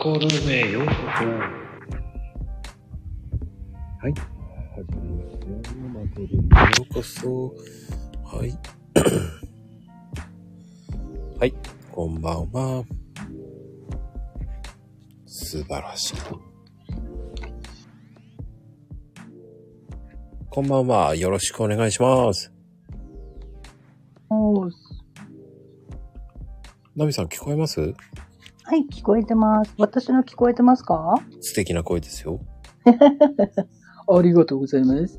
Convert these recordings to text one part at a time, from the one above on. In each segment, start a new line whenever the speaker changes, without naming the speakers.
コルメよ。
はい。始めますよ。マコルメようこそ。はい。 はい。こんばんは。素晴らしい。こんばんは。よろしくお願いします。
おー
ナミさん聞こえます
はい、聞こえてます。私の聞こえてますか
素敵な声ですよ。
ありがとうございます。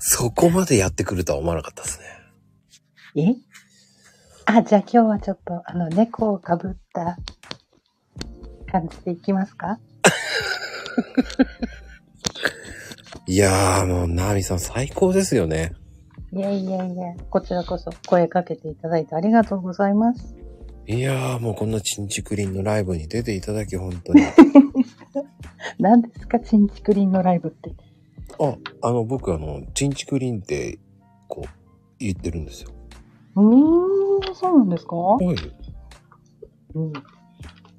そこまでやってくるとは思わなかったですね。
えあ、じゃあ今日はちょっと、あの、猫をかぶった感じでいきますか
いやーもう、ナミさん最高ですよね。
いえいえいえ、こちらこそ声かけていただいてありがとうございます。
いやーもうこんなチンチクリンのライブに出ていただき本 当に。
何ですか、チンチクリンのライブって。
あ、あの僕あの、チンチクリンって、こう、言ってるんですよ。
うーん、そうなんですか
はい。
うん。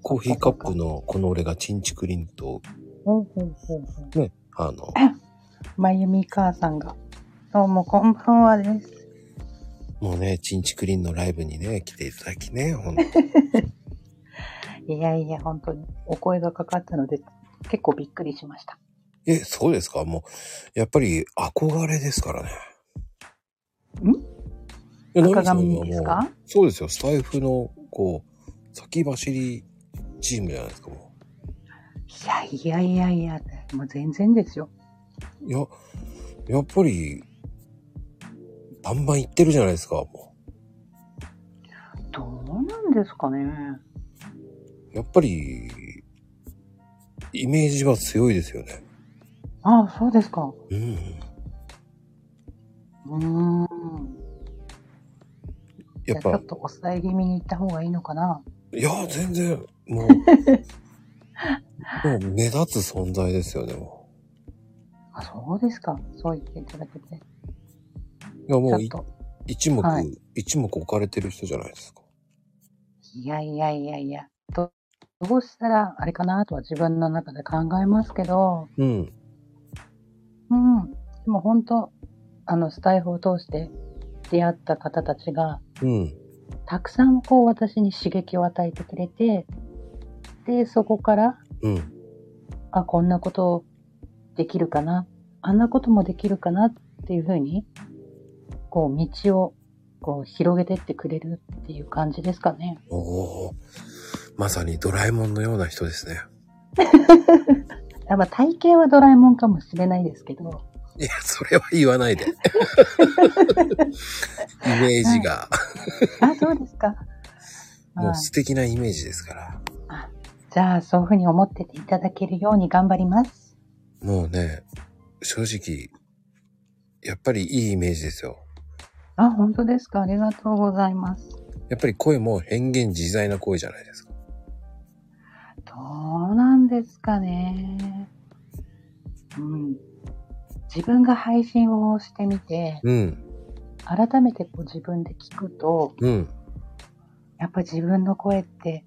コーヒーカップのこの俺がチンチクリンと、
ほうほうほうほう。
ね、あの、
まゆみ母さんが、どうもこんばんはです。
もうね、チンチクリンのライブにね、来ていただきね、ほん
いやいや、本当にお声がかかったので、結構びっくりしました。
え、そうですかもう、やっぱり憧れですからね。
ん
えナ
赤
ミさん
髪
は
です
もう
か
そうですよ。スタイフの、こう、先走りチームじゃないですか、も
いやいやいやいや、もう全然ですよ。
う。いや、やっぱり、バンバン行ってるじゃないですか、も
どうなんですかね。
う。やっぱり、イメージは強いですよね。
ああ、そうですか。
うん。
うーん。
やっ
じゃあ
ぱ
ちょっ、と抑え気味に行った方がいいのかな。
いや、全然、もう、 もう目立つ存在ですよね、も
あ、そうですか。そう言っていただけて。
う。いや、もう
ちょっ
い、
と。
一目、
はい
一目置かれてる人じゃないですか。
いやいやいやいや。どどうしたらあれかなとは自分の中で考えますけど、
うん。
うん。でも本当、あの、スタイフを通して出会った方たちが、
うん。
たくさんこう私に刺激を与えてくれて、で、そこから
うん。
あ、こんなことできるかな。あんなこともできるかなっていうふうに、こう、道を、こう、広げてってくれるっていう感じですかね。
おおーまさにドラえもんのような人ですね。
あまあ、体型はドラえもんかもしれないですけど、
いや、それは言わ ないで。イメージが、
あ、そうです か。
も
ま
う
あ、
素敵なイメージですから。
じゃあ、そういうふうに思ってていただけるように頑張ります。
もうね、正直、やっぱりいいイメージですよ。
あ、本当ですか。ありがとうございます。
やっぱり声も変幻自在な声じゃないですか。
どうなんですかね。うん。自分が配信をしてみて、
うん、
改めてこう自分で聞くと、
うん。
やっぱ自分の声って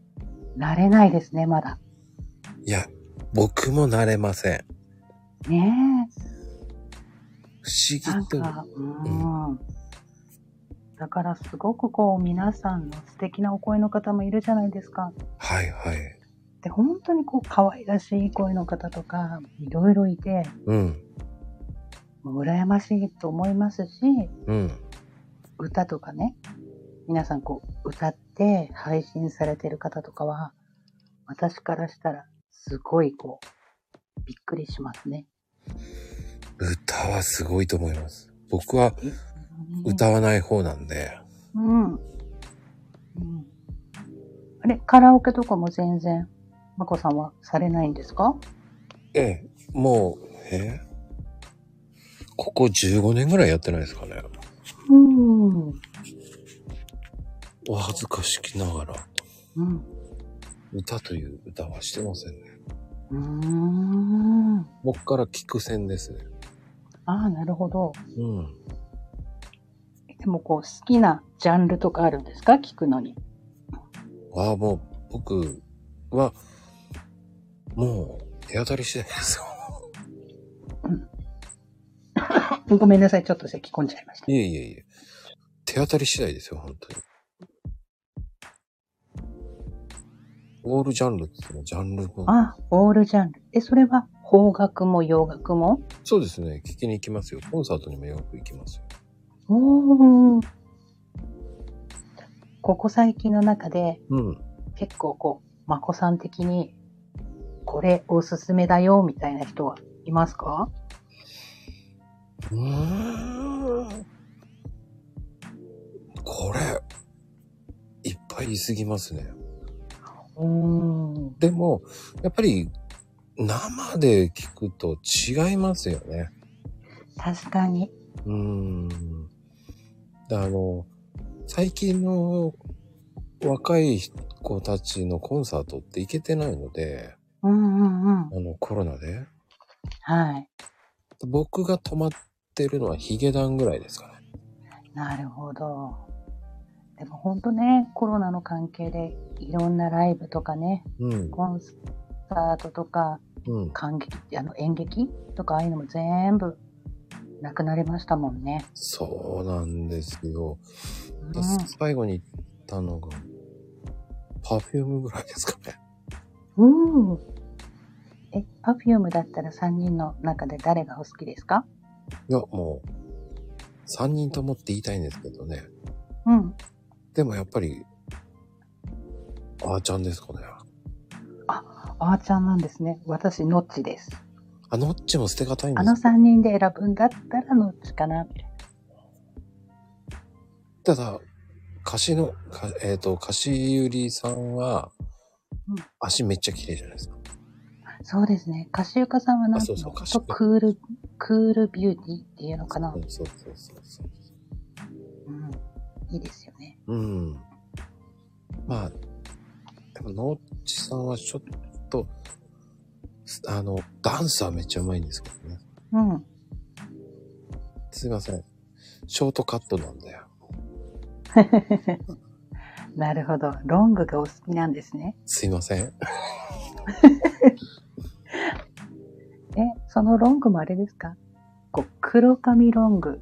慣れないですね、まだ。
いや、僕も慣れません。
ね
不思
え。な
議
ん
と。
か、うん。だからすごくこう皆さんの素敵なお声の方もいるじゃないですか。
はいはい。
で、本当にこう可愛らしい声の方とか、いろいろいて、
うん、
もう羨ましいと思いますし、
うん。
歌とかね、皆さんこう歌って配信されてる方とかは、私からしたらすごいこう、びっくりしますね。
歌はすごいと思います。僕は歌わない方なんで。
うん。うん。あれ、カラオケとかも全然、まこさんはされないんですか
ええ、もう、えここ15年ぐらいやってないですかね。
うん。うん。
お恥ずかしきながら、歌という歌はしてませんね。
うーん。
僕から聞く線ですね。
ああ、なるほど。
うん。
でもこう、好きなジャンルとかあるんですか聞くのに。
ああ、も僕は、もう、手当たり次第ですよ。
ごめんなさい、ちょっと咳込んじゃいまし た。
いえいえいえ。手当たり次第ですよ、本当に。オールジャンルって言ってもジャンル分。
あ、オールジャンル。え、それは邦楽も洋楽も
そうですね。聞きに行きますよ。コンサートにもよく行きますよ。
おーここ最近の中で
うん。
結構こう、まこさん的に、これおすすめだよ、みたいな人はいますか
うん。これ、いっぱい言いすぎますね。
うーん。
でも、やっぱり、生で聞くと違いますよね。
確かに。
うーん。であの、最近の若い子たちのコンサートって行けてないので、
うんうんうん
あ。の、コロナで。
はい。
僕が泊まってるのはヒゲダンぐらいですかね。
なるほど。でも本当ね、コロナの関係でいろんなライブとかね、
うん。
コンサートとか、
うん。
観劇ってあの演劇とかああいうのも全部なくなりましたもんね。
そうなんですよ。
うん、
最後に行ったのが、パフュームぐらいですかね。
うん。え、パフュームだったら3人の中で誰がお好きですか
いや、もう、3人ともって言いたいんですけどね。
うん。
でもやっぱり、あーちゃんですかね。
あーちゃんなんですね。私、ノッチです。
あのっちも捨てがたいんで
あ
す
の
よ
3人で選ぶんだったらノッチかな、みたいな。
ただ、歌詞の、かえっ、と、歌詞ゆりさんは
うん、
足めっちゃ綺麗じゃないですか。
そうですね。カシウカさんはなん
あ
か
そうそう
ほんと
カシウカ
クール、クールビューティーっていうのかな
う。んそうそうそうそう。
うん。いいですよね。
うん。まあ、でも、のっちさんはちょっと、すあの、ダンスはめっちゃうまいんですけどね。
うん。
すいません。ショートカットなんだよ。
なるほど。ロングがお好きなんですね。
すいません。
え、そのロングもあれですかこう、黒髪ロング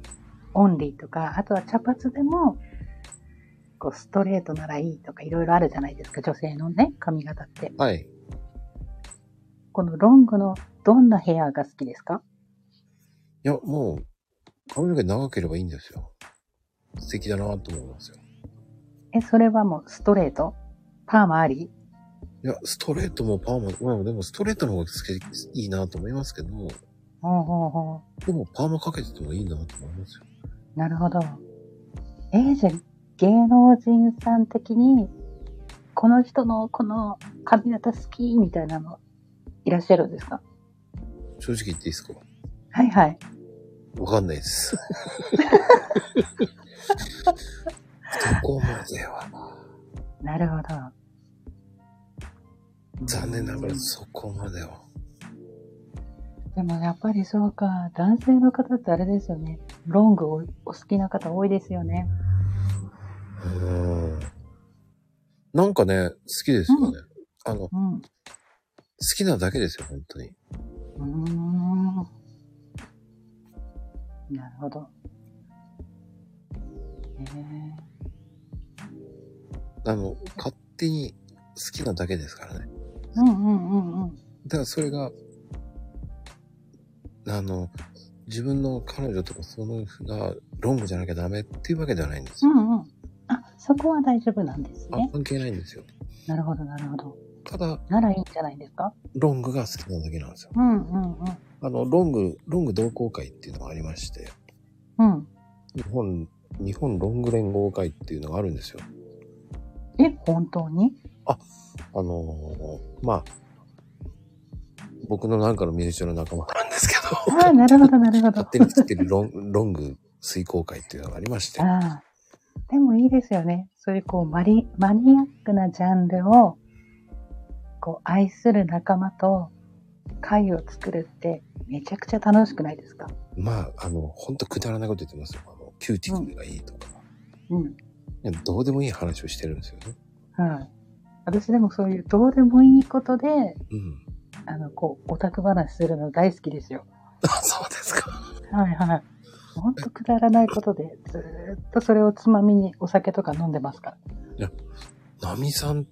オンリーとか、あとは茶髪でも、こう、ストレートならいいとか、いろいろあるじゃないですか、女性のね、髪型って。
はい。
このロングのどんなヘアが好きですか
いや、もう、髪の毛長ければいいんですよ。素敵だなと思いますよ。
え、それはもうストレートパーマあり
いや、ストレートもパーマ、まあでもストレートの方がつけいいなと思いますけど、
ほうほうほう。
でもパーマかけててもいいなと思いますよ。
なるほど。えーじゃあ芸能人さん的に、この人のこの髪型好きみたいなの、いらっしゃるんですか
正直言っていいですか
はいはい。
わかんないです。そこまでは、
なるほど。
残念ながら
うん
そこまでは。
でもやっぱりそうか、男性の方ってあれですよね。ロングおお好きな方多いですよね。
うーん。なんかね、好きですよね。あの、好
うん。う
きなだけですよ、本当に。
ーん。なるほど。ええ
あの、勝手に好きなだけですからね。
うんうんうんうん。
だからそれが、あの、自分の彼女とかその人がロングじゃなきゃダメっていうわけではないんです
う
よ。
んうん。あ、そこは大丈夫なんです
あ
ね。
関係ないんですよ。
なるほど、なるほど。
ただ、
ならいいんじゃないですか
ロングが好きなだけなんですよ。
うんうんうん。
あの、ロング、ロング同好会っていうのがありまして、
うん。
日本、日本ロング連合会っていうのがあるんですよ。
え、本当に
あのーまあ、僕のなんかの身内の仲間なんです けど、
ああ、なるほど、なるほど。
勝手に作ってるロンロング遂行会っていうのがありまして、
ああ。でもいいですよね。そういうこうマリ、マニアックなジャンルを、こう、愛する仲間と会を作るって、めちゃくちゃ楽しくないですか
まあ、あの、ほんとくだらないこと言ってますよ。あの、キューティクルがいいとか、
うん。
いやどうでもいい話をしてるんですよね。
はい。私でもそういうどうでもいいことで、
うん。
あの、こう、オタク話するの大好きですよ。
あ、 そうですか。
はいはい。ほんとくだらないことで、ずーっとそれをつまみにお酒とか飲んでますから。
ナミさん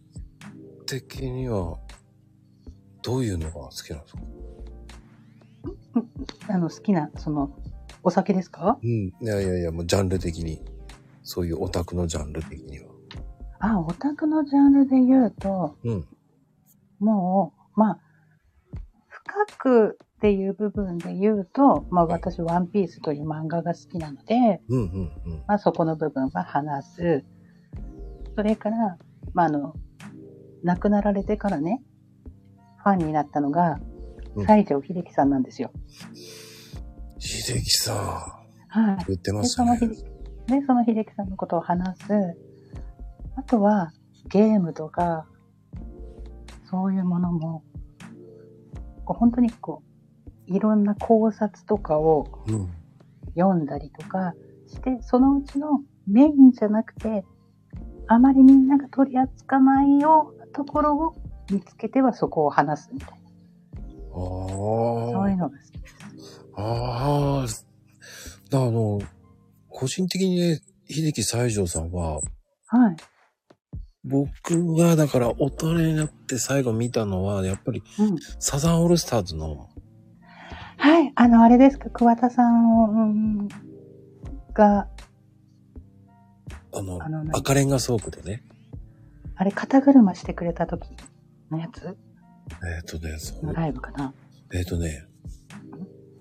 的には、どういうのが好きなんですか
あの、好きな、その、お酒ですか
うん。いやいやいや、もうジャンル的に。そういうオタクのジャンル的には。
あ、オタクのジャンルで言うと、
うん。
もう、まあ、深くっていう部分で言うと、まあ私、ワンピースという漫画が好きなので、
うんうんうん。
まあそこの部分は話す。それから、まああの、亡くなられてからね、ファンになったのが
うん、
西城秀樹さんなんですよ。
秀樹さ
はい
ん、。言ってま
で、
し
そ
た
の
ね
秀。樹、で、その秀樹さんのことを話す。あとは、ゲームとか、そういうものも、こう本当にこう、いろんな考察とかを
うん。
読んだりとかして、そのうちのメインじゃなくて、あまりみんなが取り扱わないようなところを見つけてはそこを話すみたいな、そういう
あ
のが好きです。
あ。ああ。だあの、個人的にね、秀樹西条さんは、
はい。
僕がだから大人になって最後見たのは、やっぱり
うん。
サザンオールスターズの、
はい、あの、あれですか、桑田さんを、うん、が、
あの
あの、何
赤レンガ倉庫でね、
あれ、肩車してくれた時のやつ
えっ、とね、そう
のライブかな。
えっ、とね、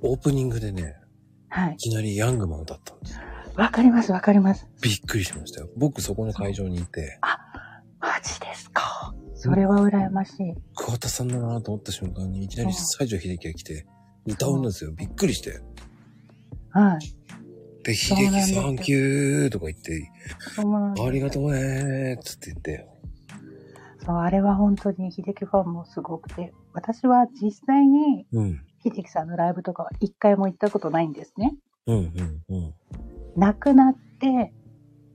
オープニングでね、
はい
い。きなりヤングマンだったんですよ。
わかります、わかります。
びっくりしましたよ。僕そこの会場にいて、
マジですか。それは羨ましい。
桑田さんだなと思った瞬間に、いきなり
そう
西城秀樹が来て、歌うんですよ。びっくりして。
はい。
で、秀
うな
樹
んですよ
サンキューとか言って、ありが
う。
とうねーっつって言って、
そう、あれは本当に秀樹ファンもすごくて、私は実際に
うん、
秀樹さんのライブとかは一回も行ったことないんですね。
うん、うん、うん。
亡くなって、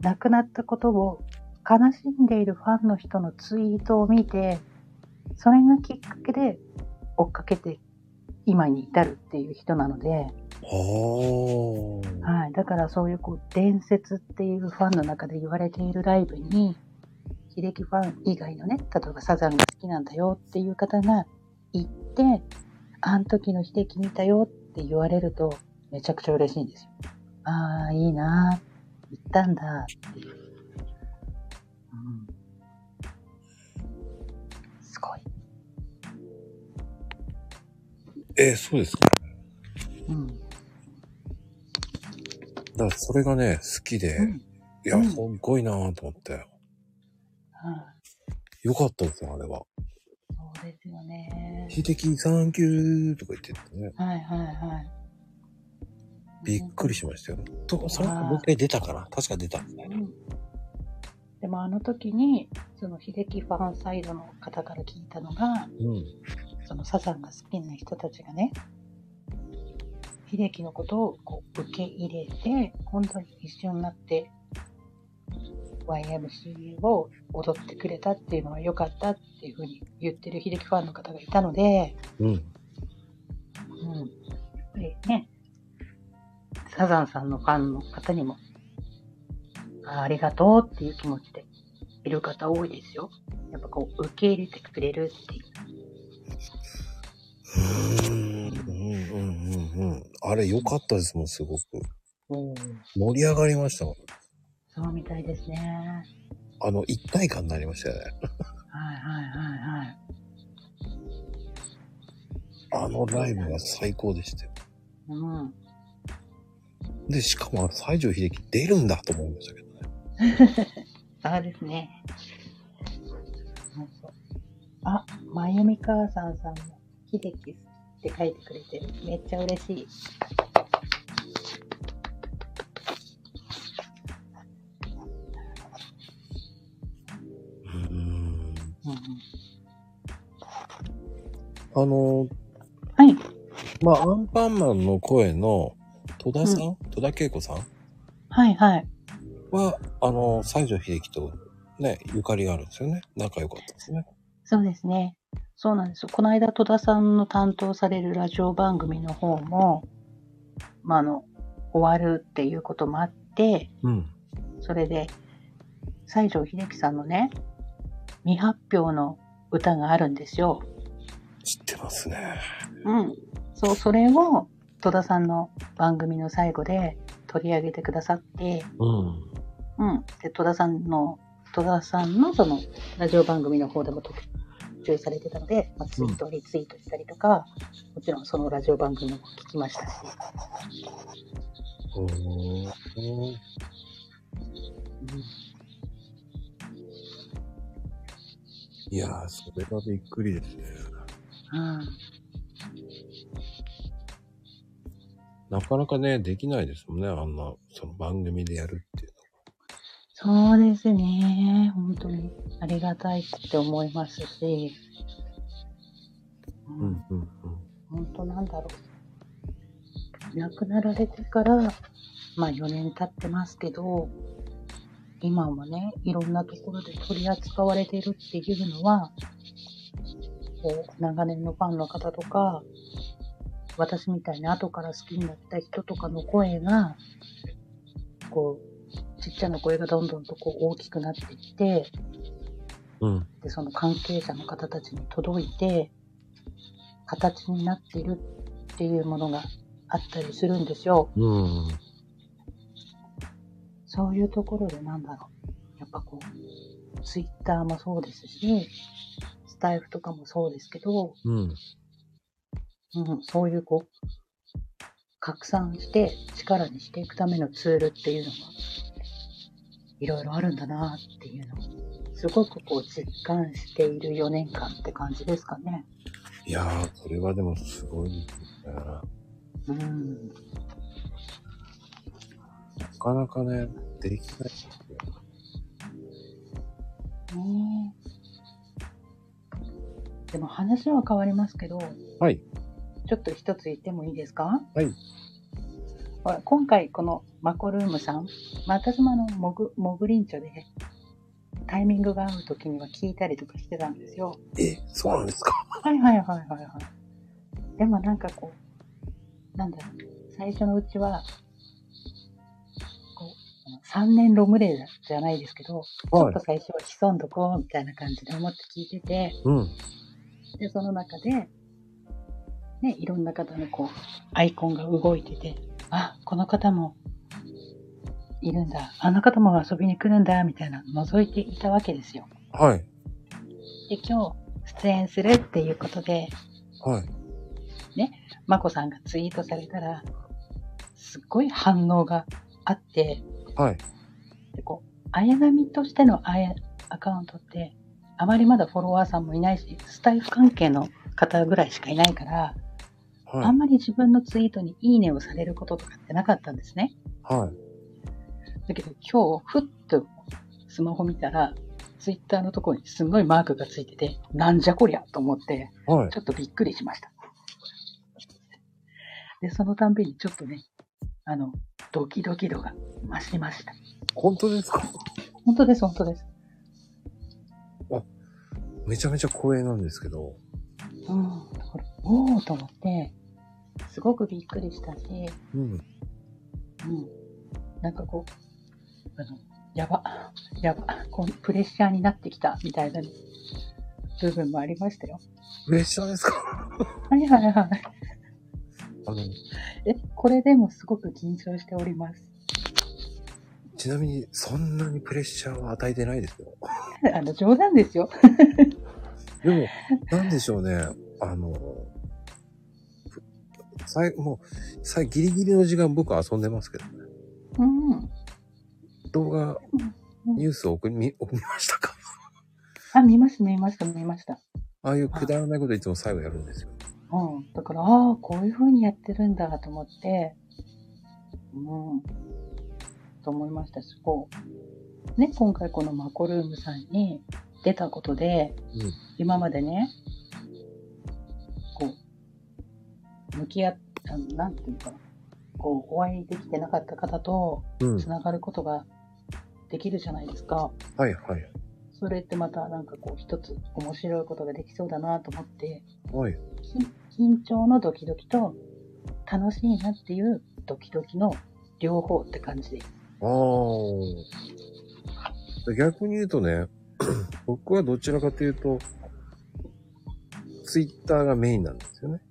亡くなったことを悲しんでいるファンの人のツイートを見て、それがきっかけで追っかけて今に至るっていう人なので、
おー。
はい。だからそういうこう伝説っていうファンの中で言われているライブに、秀樹ファン以外のね、例えばサザンが好きなんだよっていう方が行って、あの時の秀樹見たよって言われると、めちゃくちゃ嬉しいんですよ。ああ、いいなー行ったんだっていう。うん。すごい。
えー、そうですか。
うん。
だからそれがね、好きで、
うん
いや、
うん
すっごいなーと思って。
は
よかったですよ、あれは。
い。そうですよね。
秀樹サンキューとか言っててね、
はいはいはい。
びっくりしましたよ。と、それもう一回出たかな確か出たんですね。
うんでもあの時にその秀樹ファンサイドの方から聞いたのが
うん。
そのサザンが好きな人たちがね秀樹のことをこう受け入れて本当に一緒になって YMCA を踊ってくれたっていうのは良かったっていうふうに言ってる秀樹ファンの方がいたので、
うん。
うん、やっぱりねサザンさんのファンの方にもあありがとうっていう気持ちでいる方多いですよ。やっぱこう、受け入れてくれるってい
う
う。
ん、うん、うん、うん。あれ良かったですもん、すごく。盛り上がりましたもん。
そうみたいですね。
あの、一体感になりましたよね。
はいはいはいはい。
あのライブが最高でしたよ。
うん。
で、しかも、西城秀樹出るんだと思いましたけどね。
そうですね。そうそうあ、まゆみ母さんさんも、秀樹って書いてくれてる。めっちゃ嬉しい。
うん。
うんうん、
あの、
はい。
まあ、アンパンマンの声の戸田さん、戸田恵子さん
はいはい。
は、あの、西城秀樹とね、ゆかりがあるんですよね。仲良かったですね。
そうですね。そうなんですよ。この間、戸田さんの担当されるラジオ番組の方も、まあ、あの、終わるっていうこともあって、
うん。
それで、西城秀樹さんのね、未発表の歌があるんですよ。
知ってますね。
うん。そう、それを戸田さんの番組の最後で取り上げてくださって、
うん。
うん。で、戸田さんの、戸田さんのその、ラジオ番組の方でも特注されてたので、まあ、ツイート、リツイートしたりとか、もちろんそのラジオ番組も聞きましたし、
うーん。いやー、それはびっくりですね。
うん。
なかなかね、できないですもんね。あんな、その番組でやるっていう
そうですね。本当にありがたいって思いますし、
の。うんうんうん。
本当なんだろう。亡くなられてから、まあ4年経ってますけど、今もね、いろんなところで取り扱われているっていうのは、こう、長年のファンの方とか、私みたいに後から好きになった人とかの声が、こう、ちっちゃな声がどんどんとこう大きくなっていって、
うん。
で、その関係者の方たちに届いて、形になっているっていうものがあったりするんですよ。
うん。
そういうところでなんだろう。やっぱこう、ツイッターもそうですし、スタイフとかもそうですけど、
うん。
うん、そういうこう、拡散して力にしていくためのツールっていうのが、いろいろあるんだなっていうのを、すごくこう実感している4年間って感じですかね。
いやー、それはでもすごいですね。
うん
なかなかね、できないですよ。
ねえでも話は変わりますけど、
はい。
ちょっと一つ言ってもいいですか
はい。
ほら、今回このマコルームさん、まあ、私もあの、モグ、モグリンチョで、タイミングが合う時には聞いたりとかしてたんですよ。
え、そうなんですか
はいはいはいはいはい。でもなんかこう、なんだろう、最初のうちは、こう、3年ロムレーじゃないですけど、ちょ
は
っ
い
と。最初は潜んどこうみたいな感じで思って聞いてて、
うん。
で、その中で、ね、いろんな方のこう、アイコンが動いてて、あ、この方もいるんだ、あの方も遊びに来るんだ、みたいな、覗いていたわけですよ。
はい。
で、今日、出演するっていうことで、
はい。
まこさんがツイートされたら、すっごい反応があって、
はい。
でこう、綾波としてのあやアカウントって、あまりまだフォロワーさんもいないし、スタイフ関係の方ぐらいしかいないから、あ
はい
ん。まり自分のツイートにいいねをされることとかってなかったんですね。
はい。
だけど今日、ふっとスマホ見たら、ツイッターのところにすごいマークがついてて、なんじゃこりゃと思って、
はい。
ちょっとびっくりしました。で、そのたんびにちょっとね、あの、ドキドキ度が増しました。
本当ですか
本当です、本当です。
めちゃめちゃ光栄なんですけど。
うん。だから、おーと思って、すごくびっくりしたし、
うん。
うん。なんかこう、あの、やば、やば、こうプレッシャーになってきたみたいな部分もありましたよ。
プレッシャーですか
はいはいはい。
あの、
え、これでもすごく緊張しております。
ちなみに、そんなにプレッシャーは与えてないですよ。
あの、冗談ですよ。
でも、なんでしょうね。あの、ふさいもう、さいギリギリの時間僕は遊んでますけどね。
うん。うん
動画、ニュースを送り、み送りましたか
あ、見ました見ました見ました。
ああいうくだらないこといつも最後やるんですよ。
うん。だから、ああ、こういう風にやってるんだと思って、うん。と思いましたし、こう、ね、今回このマコルームさんに出たことで、
うん
今までね、こう、向き合っあのなんていうかな、こう、お会いできてなかった方と
うん。
繋がることができるじゃないですか。
はいはい。
それってまたなんかこう一つ面白いことができそうだなと思って、
はい。
き緊張のドキドキと楽しいなっていうドキドキの両方って感じです。
ああ。逆に言うとね、 僕はどちらかというと、ツイッターがメインなんですよね。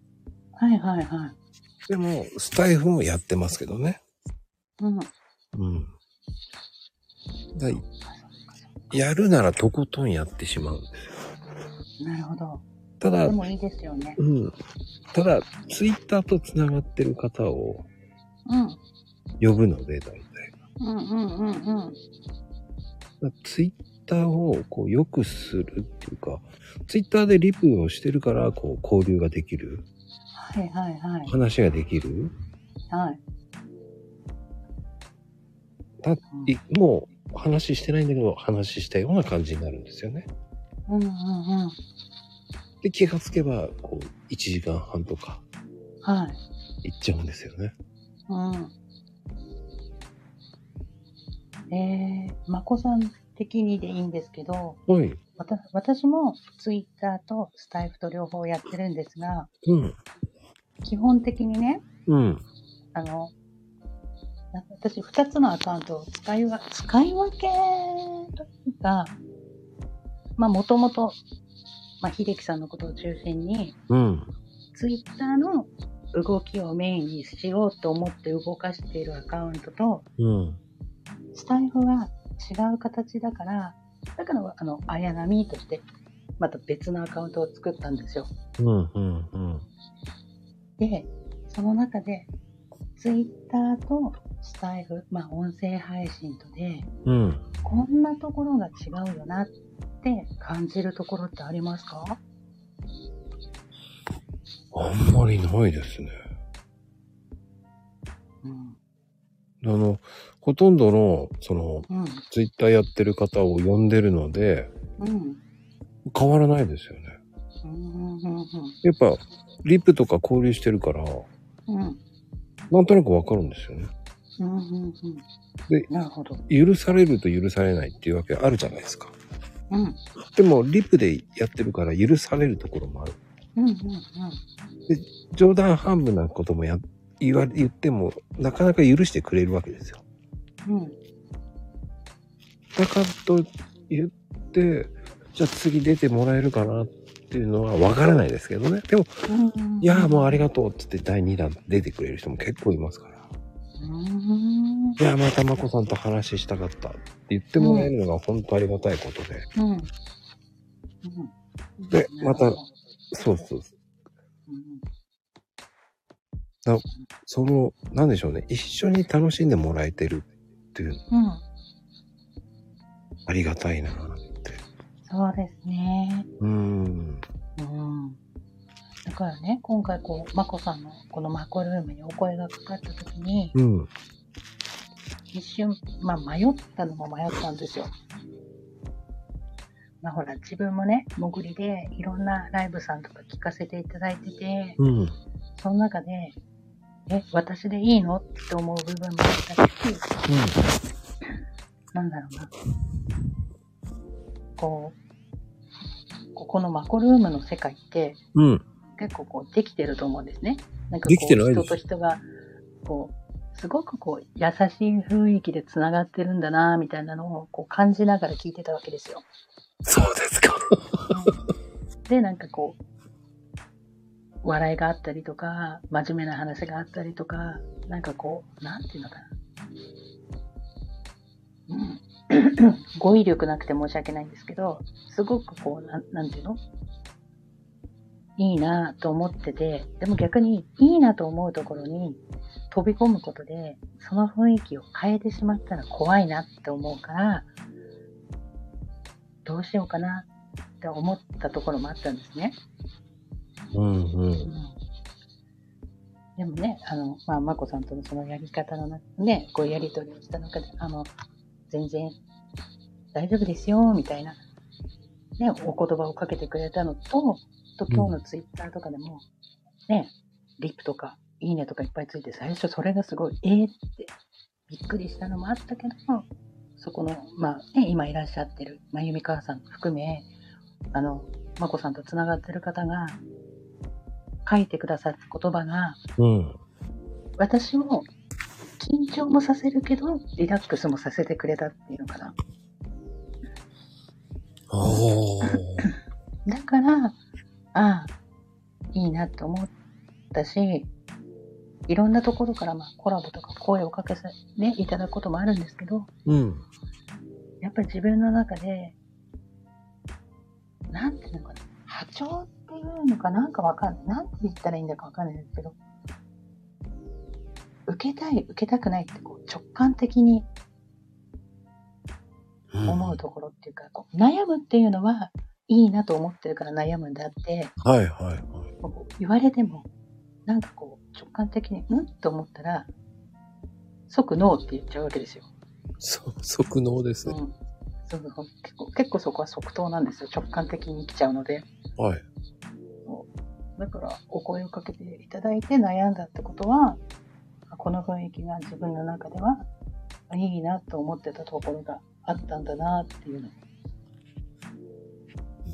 はいはいはい。
でも、スタイフもやってますけどね。
うん。
うん。だやるならとことんやってしまうんです。
なるほど。
ただ
で、もいいですよね。
うん。ただ、ツイッターと繋がってる方を
うん。
呼ぶので、大体。
うんうんうんうん。
ツイッターをこう良くするっていうか、ツイッターでリプをしてるから、こう交流ができる、
はいはいはい。
話ができる。
はい。
たいもう話してないんだけど、話したような感じになるんですよね。
うんうんうん。
で、気がつけば、こう、1時間半とか、
は
い
い。
っちゃうんですよね。
うん。えー、まこさん的にでいいんですけど、
はい。
わた私もツイッターとスタイフと両方やってるんですが、
うん。
基本的にね、
うん。
あの、な私2つのアカウントを使いわ、使い分けというか、まあもともと、まあ秀樹さんのことを中心に、
うん。
ツイッターの動きをメインにしようと思って動かしているアカウントと、
うん。
スタイフは違う形だから、だから、あの、綾波として、また別のアカウントを作ったんですよ。
うん。うん。うん。
で、その中で、ツイッターとスタイフ、まあ、音声配信とで、
うん。
こんなところが違うよなって感じるところってありますか
あんまりないですね。
うん。
あの、ほとんどの、その、
うん。
ツイッターやってる方を呼んでるので、
うん。
変わらないですよね。
うん。うん。
やっぱ、リップとか交流してるから、
うん。
なんとなくわかるんですよね。
うん。うん。
で
なるほど。
許されると許されないっていうわけあるじゃないですか。
うん。うん。
でも、リップでやってるから許されるところもある。
うん。うん。
冗談半分なこともや、言わ、言っても、なかなか許してくれるわけですよ。
うん。
だからと言って、じゃあ次出てもらえるかなっていうのはわからないですけどね。でも、
うん。
いやーもうあり
が
がとうって言って第2弾出てくれる人も結構いますから。
とうん。
いや、またまこさんと話したかったって言ってもらえるのが本当ありがたいことで。
うんうん
で
なるほど
またそうそうそう。
うん
その、なんでしょうね。一緒に楽しんでもらえてるっていう、
うん、
ありがたいなって。
そうですね。
うーん。
うん。だからね、今回こう、まこさんのこのマコルームにお声がかかった時に、
うん。
一瞬、まあ迷ったのも迷ったんですよ。まあほら、自分もね、潜りでいろんなライブさんとか聞かせていただいてて、
うん。
その中で、え、私でいいのって思う部分もあったし、なんだろうな。こう、ここのマコルームの世界って
うん。うん。
結構こうできてると思うんですね。なんかこう
できてないです
人と人が、こう、すごくこう優しい雰囲気でつながってるんだなみたいなのをこう感じながら聞いてたわけですよ。
そうですか。
で、なんかこう、笑いがあったりとか、真面目な話があったりとか、なんかこう、なんていうのかな。うん。 語彙力なくて申し訳ないんですけど、すごくこう、なんなんていうのいいなぁと思ってて、でも逆にいいなと思うところに飛び込むことで、その雰囲気を変えてしまったら怖いなって思うから、どうしようかなって思ったところもあったんですね。
うんうん。
でもね、あの、まあ、まこさんとのそのやり方の中で、こうやりとりをした中で、あの、全然大丈夫ですよ、みたいな、ね、お言葉をかけてくれたのと、と今日のツイッターとかでも、ね、リップとか、いいねとかいっぱいついて、最初それがすごい、えーってびっくりしたのもあったけど、そこの、まあね、今いらっしゃってる、まあ、由美川さん含め、あの、まこさんとつながってる方が、書いてくださった言葉が、
うん。
私を緊張もさせるけど、リラックスもさせてくれたっていうのかな。
おー。
だから、ああ、いいなと思ったし、いろんなところからまあコラボとか声をかけさ、ね、いただくこともあるんですけど、
うん。
やっぱり自分の中で、なんていうのかな、波長っていうのかなんかわかんない。なんて言ったらいいんだかわかんないんですけど、受けたい、受けたくないってこう直感的に思うところっていうか、こう悩むっていうのはいいなと思ってるから悩むんだって、
うん。はいはいはい。
こう言われても、なんかこう直感的に、うんと思ったら、即ノーって言っちゃうわけですよ。
そ 即能です
う
ね。
ん。そうそう結構結構そこは即答なんですよ。直感的に来ちゃうので。
はい。
だからお声をかけていただいて悩んだってことは、この雰囲気が自分の中ではいいなと思ってたところがあったんだなっていうの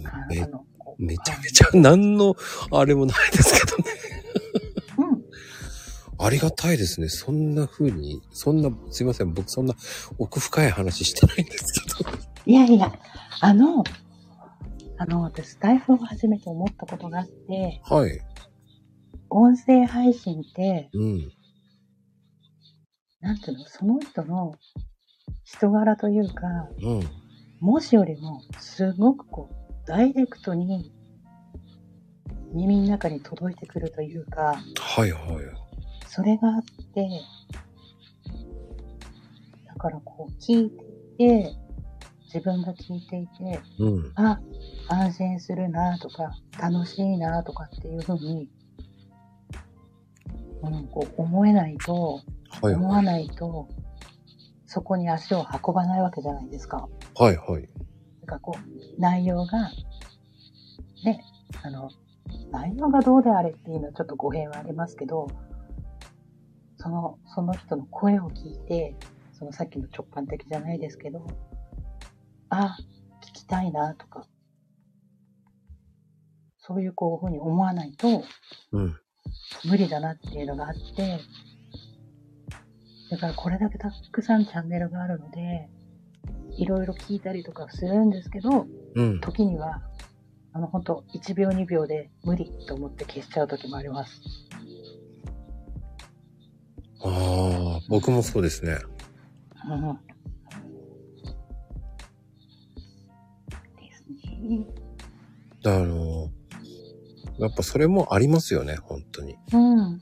が、あ
め
の、こう
めちゃめちゃ 何のあれもないですけどね。
うん。
ありがたいですね。そんな風に、そんな、すいません。僕そんな奥深い話してないんですけど。
いやいや、あの、あの、私、台風を始めて思ったことがあって、
はい。
音声配信って、
うん。
なんていうの、その人の人柄というか、
うん。
文字よりも、すごくこう、ダイレクトに、耳の中に届いてくるというか、
はいはい。
それがあって、だからこう、聞いていて、自分が聞いていて、
うん。
あ、安心するなとか、楽しいなとかっていうふうに、うん、こう思えないと、
はい
思わ
はい。
ないと、そこに足を運ばないわけじゃないですか。
はいはい。
なんかこう、内容が、ね、あの、内容がどうであれっていうのはちょっと語弊はありますけど、その、その人の声を聞いて、そのさっきの直感的じゃないですけど、あ、聞きたいなとか、そういうこういうふうに思わないと
うん。
無理だなっていうのがあって、だからこれだけたくさんチャンネルがあるので、いろいろ聞いたりとかするんですけど、
うん。
時には、あの、本当1秒2秒で無理と思って消しちゃう時もあります。
ああ、僕もそうですね。
うん。ですね。
あの、やっぱそれもありますよね、本当に。
うん。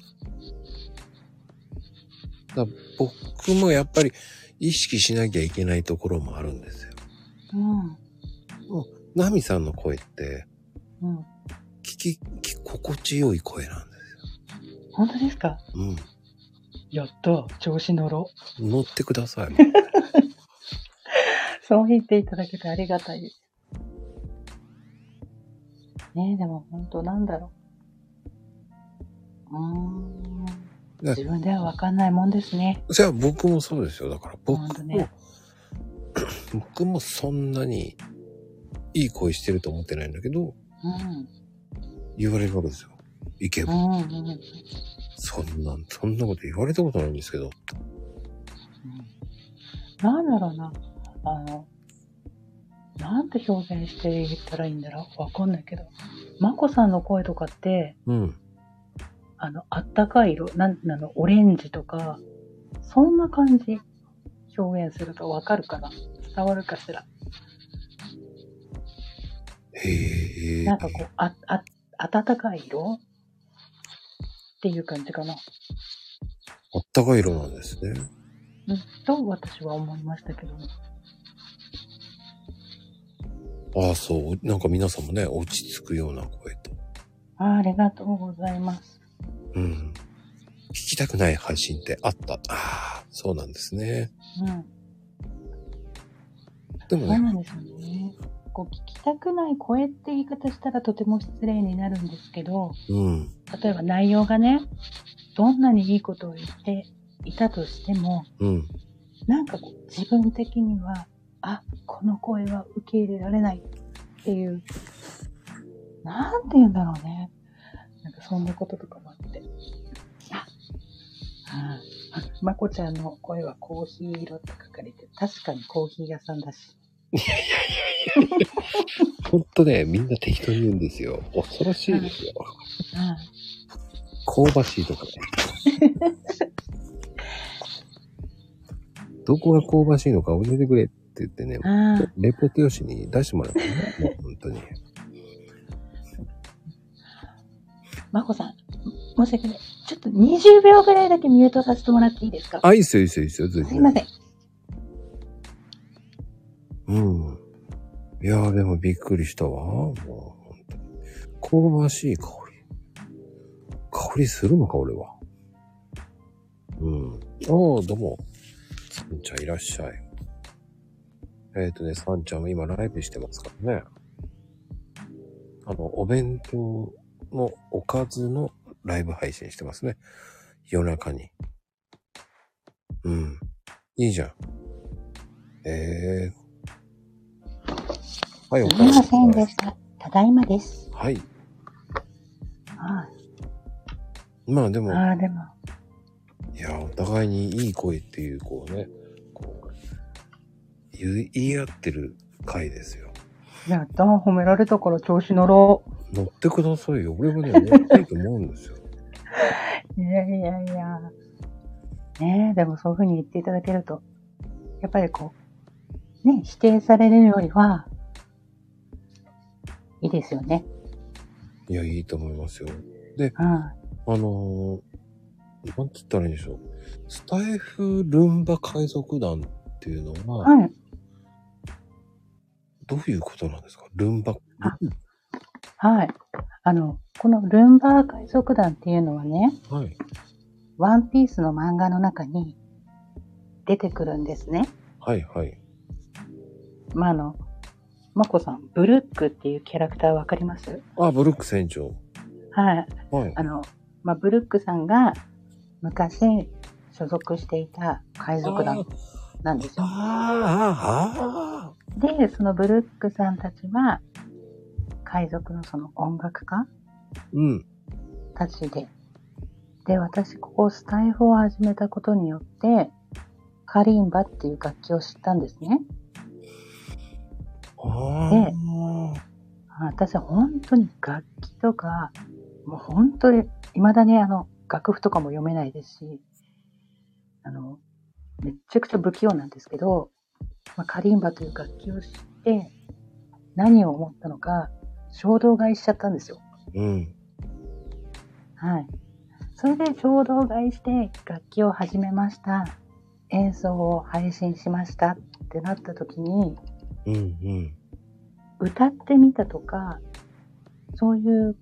だ僕もやっぱり意識しなきゃいけないところもあるんですよ。
うん。
ナミさんの声って、
うん。
聞き、聞心地よい声なんです
本当ですか
よ。
やった。調子乗ろう。
うん。乗ってください。
そう言っていただけてありがたいです。ねえ、でも本当なんだろう。うーん。
ね
自分ではわかんないもんですね。
じゃあ僕もそうですよ。だから僕
ほんと
も、
ね
僕もそんなにいい声してると思ってないんだけど、
うん。
言われるわけですよ。いけ
う
ば、
んうんうん。
そんな、そんなこと言われたことないんですけど。
なんだろうな、あの、なんて表現していったらいいんだろう、わかんないけど、まこさんの声とかって、
うん。
あの、あったかい色、なん、なの、オレンジとか、そんな感じ、表現するとわかるかな伝わるかしら
へえ。
なんかこう、あ、あ、暖かい色っていう感じかな。
あったかい色なんですね。
うん、と私は思いましたけどね。
ああ、そう。なんか皆さんもね、落ち着くような声と。
あありがとうございます。
うん。聞きたくない配信ってあった。ああ、そうなんですね。
うん。
でも
そう
ね、
なんですよね。こう聞きたくない声って言い方したらとても失礼になるんですけど、
うん。
例えば内容がね、どんなにいいことを言っていたとしても、
うん。
なんかこう自分的には、あ、この声は受け入れられないっていう、なんて言うんだろうね。なんかそんなこととかもあって。あ、ああ、まこちゃんの声はコーヒー色って書かれてる、確かにコーヒー屋さんだし。
ほんとね、みんな適当に言うんですよ。恐ろしいですよ。
うん
香ばしいとかね。どこが香ばしいのか教えてくれって言ってね、
ああ、
レポート用紙に出してもらったね。もう本当に。
まこさん、申し訳ない。ちょっと20秒ぐらいだけミュートさせてもらっていいですか
あ、いいっすよ、いいっすよ、いいっすよ、ず
すいません。
うん。いやーでもびっくりしたわ。もう本当に。香ばしい香り。香りするのか、俺は。うん。ああ、どうも。サンちゃんいらっしゃい。えっ、ー、とね、サンちゃんは今ライブしてますからね。あの、お弁当のおかずのライブ配信してますね。夜中に。うん。いいじゃん。ええはい、お
す
か
いま
ず。
せんでした。ただいまです。
はい。
あ
まあで
あ、
も、
ああ、でも、
いや、お互いにいい声っていう、こうね、こう、言い言い合ってる回ですよ。
やった、褒められたから調子乗ろ
乗ってくださいよ。俺 もね、乗っていいと思うんですよ。
う。いやいやいや。ねえ、でもそういうふうに言っていただけると、やっぱりこう、ね、否定されるよりは、いいですよね。
いや、いいと思いますよ。
うん。
あのー、なんつったらいいんでしょう。スタイフルンバ海賊団っていうのは、
はい。
どういうことなんですかルンバ。
あはい。あの、このルンバー海賊団っていうのはね、
はい。
ワンピースの漫画の中に出てくるんですね。
はい、はい。
まあ、あの、まこさん、ブルックっていうキャラクターわかります
あ、ブルック船長。
はい。
はい。
あの、まあ、ブルックさんが昔所属していた海賊団なんです
あー
よ。
あー、あーあ
で、そのブルックさんたちは、海賊のその音楽家
ー、うん。
たちで。で、私、ここスタイフを始めたことによって、カリンバっていう楽器を知ったんですね。
あ
で
あ。
あ私は本当に楽器とか、もう本当に、未だにあの、楽譜とかも読めないですし、あの、めっちゃくちゃ不器用なんですけど、まあ、カリンバという楽器を知って、何を思ったのか、衝動買いしちゃったんですよ。
うん。
はい。それで衝動買いして楽器を始めました。演奏を配信しましたってなった時に、
うん、うん。
歌ってみたとか、そういう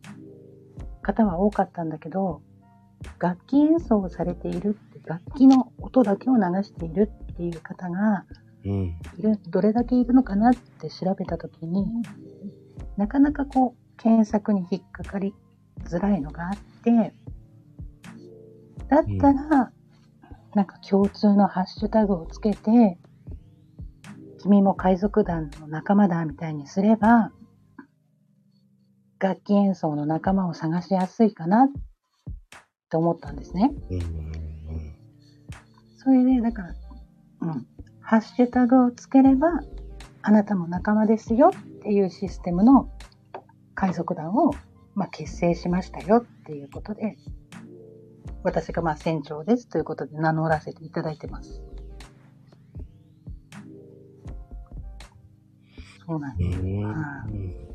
方は多かったんだけど、楽器演奏をされているって、楽器の音だけを流しているっていう方が
うん。
いる、どれだけいるのかなって調べたときに、なかなかこう、検索に引っかかりづらいのがあって、だったら、なんか共通のハッシュタグをつけて、君も海賊団の仲間だみたいにすれば、楽器演奏の仲間を探しやすいかなって思ったんですね。
うんうん
それで、だから、うん。ハッシュタグをつければ、あなたも仲間ですよっていうシステムの海賊団を、まあ、結成しましたよっていうことで、私がまあ船長ですということで名乗らせていただいてます。そうなん
う
です。
ん
は
うん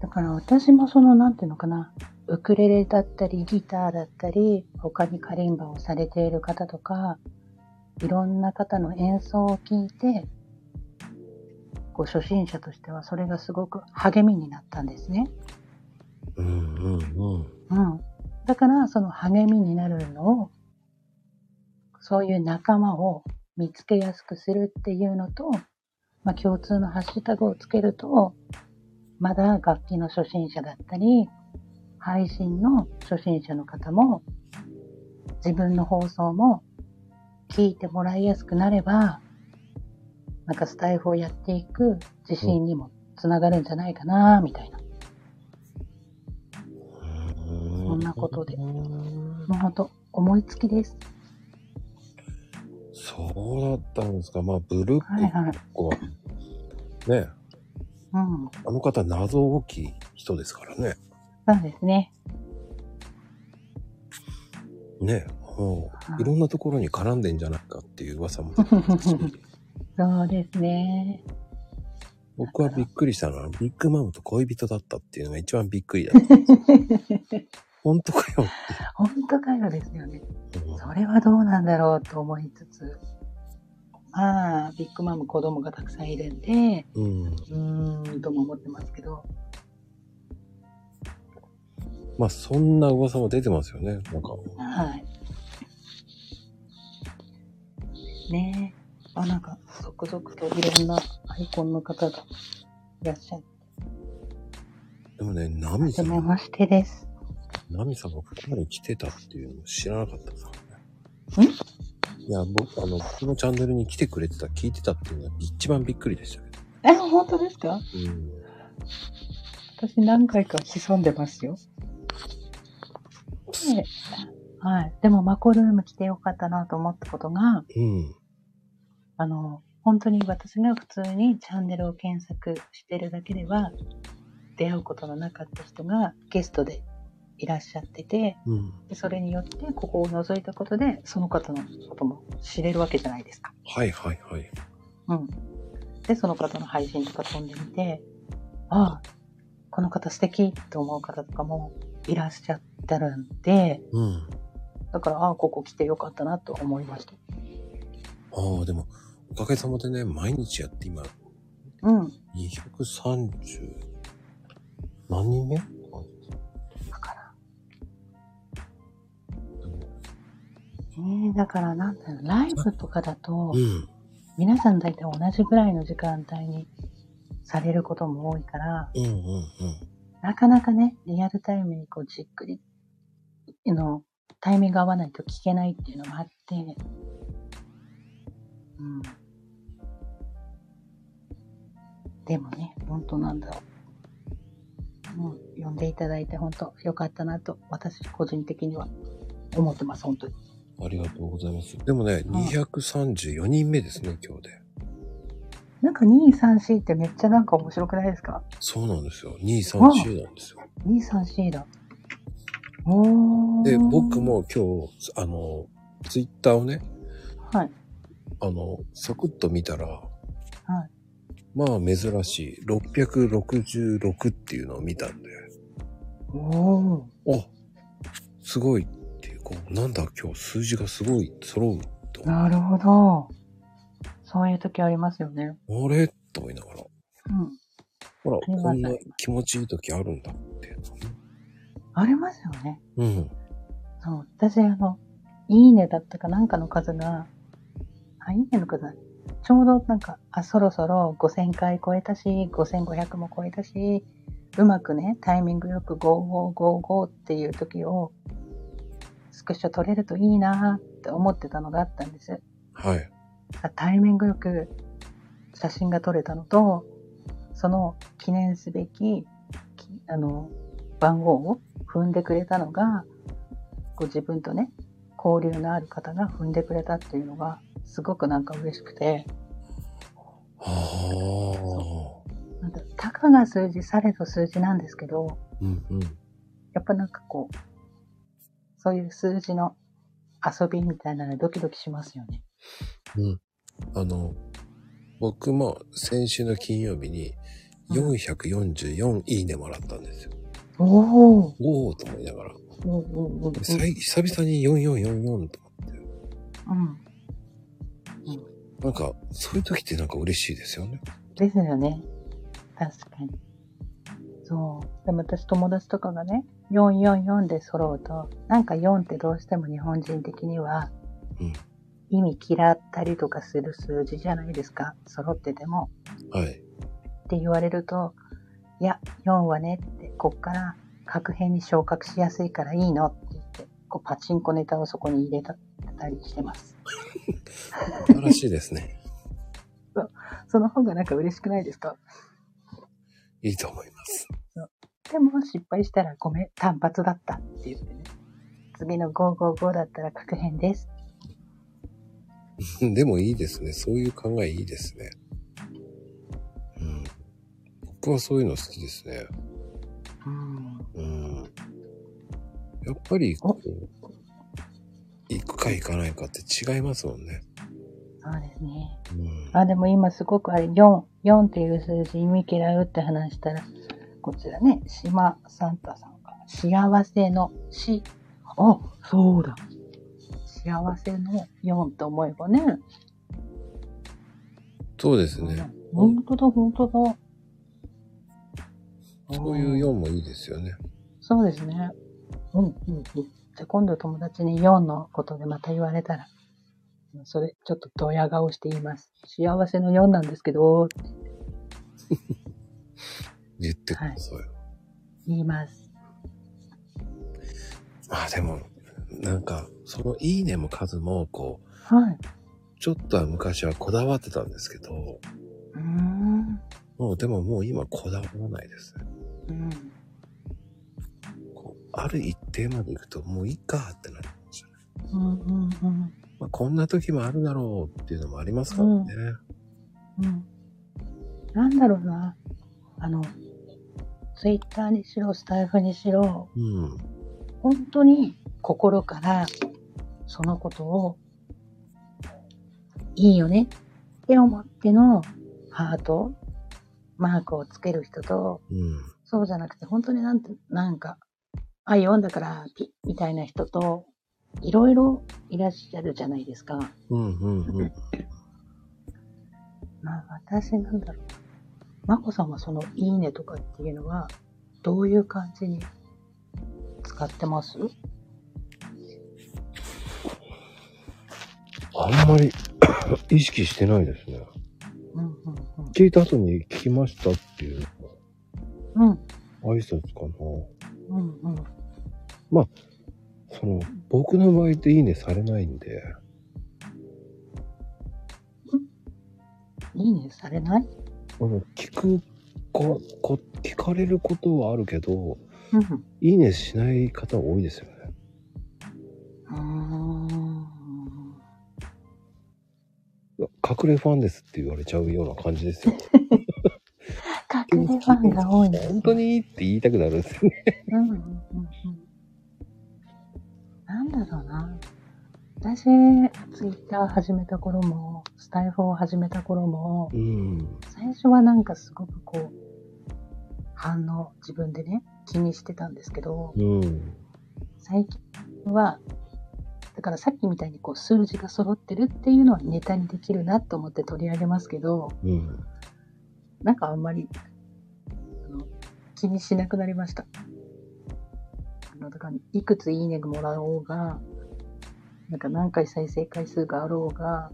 だから私もその、なんていうのかな、ウクレレだったり、ギターだったり、他にカリンバをされている方とか、いろんな方の演奏を聞いて、こう初心者としてはそれがすごく励みになったんですね。
うんうんうん
うん。だから、その励みになるのを、そういう仲間を見つけやすくするっていうのと、まあ、共通のハッシュタグをつけると、まだ楽器の初心者だったり、配信の初心者の方も、自分の放送も聞いてもらいやすくなれば、なんかスタイフをやっていく自信にもつながるんじゃないかな、みたいな。
そ
んなことでもうほんと、思いつきです。
そうだったんですか。まあ、ブルッ
はいはい。
クは、ね、
うん。
あの方謎大きい人ですからね。
そうですね。
ね、も
は
う、
い
いろんなところに絡んでんじゃないかっていう噂も出てますし
そうですね。
僕はびっくりしたのは、ビッグマムと恋人だったっていうのが一番びっくりだった。本当かよっ
本当かよですよね。
ていう。
それはどうなんだろうと思いつつ、まあ、ビッグマム子供がたくさんいるんで、
うん。
うーん、とも思ってますけど、
まあ、そんな噂も出てますよね。なんか、
はい。ねえ。あ、なんか、続々といろんなアイコンの方がいらっしゃって、
でもね、ナミさ
は
ん
め、ましてです。
ナミさんがここまで来てたっていうの知らなかったですいや、僕、あの、僕のチャンネルに来てくれてた、聞いてたっていうのが一番びっくりでしたけど。
え、本当です
う
か
ん。
私何回か潜んでますよ。ではい。でも、マコルーム来てよかったなと思ったことが、
うん。
あの、本当に私が普通にチャンネルを検索してるだけでは、出会うことのなかった人がゲストでいらっしゃってて、
うん。
でそれによってここを覗いたことで、その方のことも知れるわけじゃないですか。
はいはいはい。
うん。で、その方の配信とか飛んでみて、ああ、この方素敵って思う方とかもいらっしゃってるんで、
うん。
だから、ああ、ここ来てよかったなと思いました。
ああ、でも、おかげさまでね、毎日やって今、
うん。
230、何人目
だから、
でも
ねえだからなんだろう、ライブとかだと、
うん。
皆さん大体同じぐらいの時間帯にされることも多いから、
うんうんうん。
なかなかね、リアルタイムにこうじっくり、あの、タイミング合わないと聞けないっていうのもあって、うん。でもね、本当なんだろう。もう、呼んでいただいて本当良かったなと、私個人的には思ってます、本当に。
ありがとうございます。でもね、
はい
234人目ですね、今日で。
なんか2、3、4ってめっちゃなんか面白くないですか
そうなんですよ。234なんですよ。
2、3、4だ。おー。
で、僕。も今日、あの、ツイッターをね、
はい。
あの、サクッと見たら、
はい。
まあ珍しい、666っていうのを見たんで、
おー。
あ、すごいっていう、こう、なんだ今日数字がすごい揃うと、あ
なるほど。そういう時ありますよね。
れと思いながら、
うん。
ほら、
ありが
こと
うん
な気持ちいい時あるんだって。
ありますよね。
うん。
そう。私、あの、いいねだったかなんかの数が、あ、いいねの数だちょうどなんか、あ、そろそろ5000回超えたし、5500も超えたし、うまくね、タイミングよく5555っていう時を、スクショ取れるといいなーって思ってたのがあったんです。
はい。
タイミングよく写真が撮れたのと、その記念すべき、きあの、番号を踏んでくれたのが、ご自分とね、交流のある方が踏んでくれたっていうのが、すごくなんか嬉しくて、
ああ。
なんかたかが数字されど数字なんですけど、
うんうん。
やっぱなんかこう、そういう数字の遊びみたいなのドキドキしますよね。
あの、僕も先週の金曜日に444いいねもらったんですよ。
おお、
おおと思いながら。
うんうんうんうん、
さい久々に4444と思って。
うん。
なんか、そういう時ってなんか嬉しいですよね。
ですよね。確かに。そう。でも私友達とかがね、444で揃うと、なんか4ってどうしても日本人的には
うん、
意味嫌ったりとかする数字じゃないですか。揃ってても。
はい。
って言われると、いや、4はねって、こっから核変に昇格しやすいからいいのって言って、こうパチンコネタをそこに入れたったりしてます。
素晴らしいですね。
その方がなんか嬉しくないですか
いいと思います。
でも失敗したらごめん、単発だったって言ってね。次の555だったら確変です。
でもいいですね。そういう考えいいですね。うん。僕はそういうの好きですね。
うん。
うん。やっぱり、こう、行くか行かないかって違いますもんね。
そうですね。
うん。
あ、でも今すごくあれ、4、4っていう数字意味嫌うって話したら、こちらね、島サンタさんから、幸せの死。あ、そうだ。幸せの4と思えばね。
そうですね。
本当だ、本当だ。
そういう4もいいですよね。
そうですね。うん、うん、うん。じゃあ今度友達に4のことでまた言われたら、それちょっとドヤ顔して言います。幸せの4なんですけど、
言ってください。
言います。
あ、でも、なんか、そのいいねも数も、こう、
はい。
ちょっとは昔はこだわってたんですけど、
うーん。
もうでももう今こだわらないですね。
うん。
こうある一定まで行くともういいかってなる。
うん、うん、うん。
まあ、こんな時もあるだろうっていうのもありますからね。
うん。なんだろうな。あの、ツイッターにしろ、スタイフにしろ、
うん。
本当に心からそのことをいいよねって思ってのハートマークをつける人と
うん。
そうじゃなくて本当になんてなんかあ読んだからピッみたいな人といろいろいらっしゃるじゃないですか。
うんうんうん。
まあ私なんだろうな。まこさんはそのいいねとかっていうのはどういう感じに使ってます
あんまり 意識してないですね。
うんうん
聞いた後に聞きましたっていう
うん。うん
挨拶かな。
うんうん。
その、僕の場合っていいねされないんで、
いいねされない
あの聞くここ、聞かれることはあるけど、
うん。
いいねしない方多いですよね。
うーん
隠れファンですって言われちゃうような感じです よ。
隠れファンが多いね。
本当にって言いたくなるんですよね。
うんうんうんうん。なんだろうな。私、ツイッター始めた頃も、スタイフを始めた頃も、
うん。
最初はなんかすごくこう、反応、自分でね、気にしてたんですけど、
うん。
最近は、だからさっきみたいにこう数字が揃ってるっていうのはネタにできるなと思って取り上げますけど、
うん。
なんかあんまり、あの、気にしなくなりました。あの、だから、いくついいねがもらおうが、なんか何回再生回数があろうが、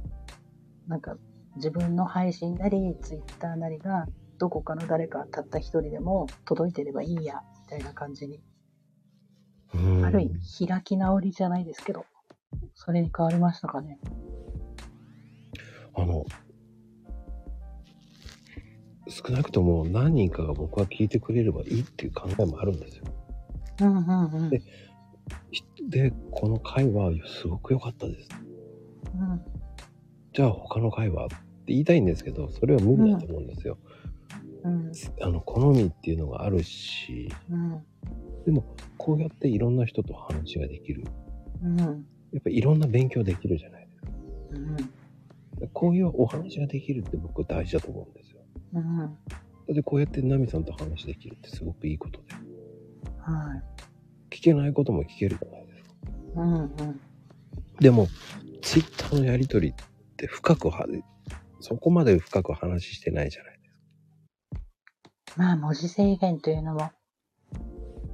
なんか自分の配信なり、ツイッターなりが、どこかの誰かたった一人でも届いてればいいや、みたいな感じに。
うん。
ある意味、開き直りじゃないですけど、それに変わりましたかね。
あの、少なくとも何人かが僕は聞いてくれればいいっていう考えもあるんですよ。
うんうんうん。うん
えで、この回はすごく良かったです。じゃあ他の回はって言いたいんですけど、それは無理だと思うんですよ。
うん
あの、好みっていうのがあるし、
うん
でもこうやっていろんな人と話ができる。
うん
やっぱりいろんな勉強できるじゃないですか。
うん
こういうお話ができるって僕大事だと思うんですよ。
うん
だってこうやってナミさんと話できるってすごくいいことで。
はい
聞けないことも聞けるじゃないですか。
うんうん
でも、ツイッターのやりとりって深くは、そこまで深く話してないじゃない。
まあ、文字制限というのも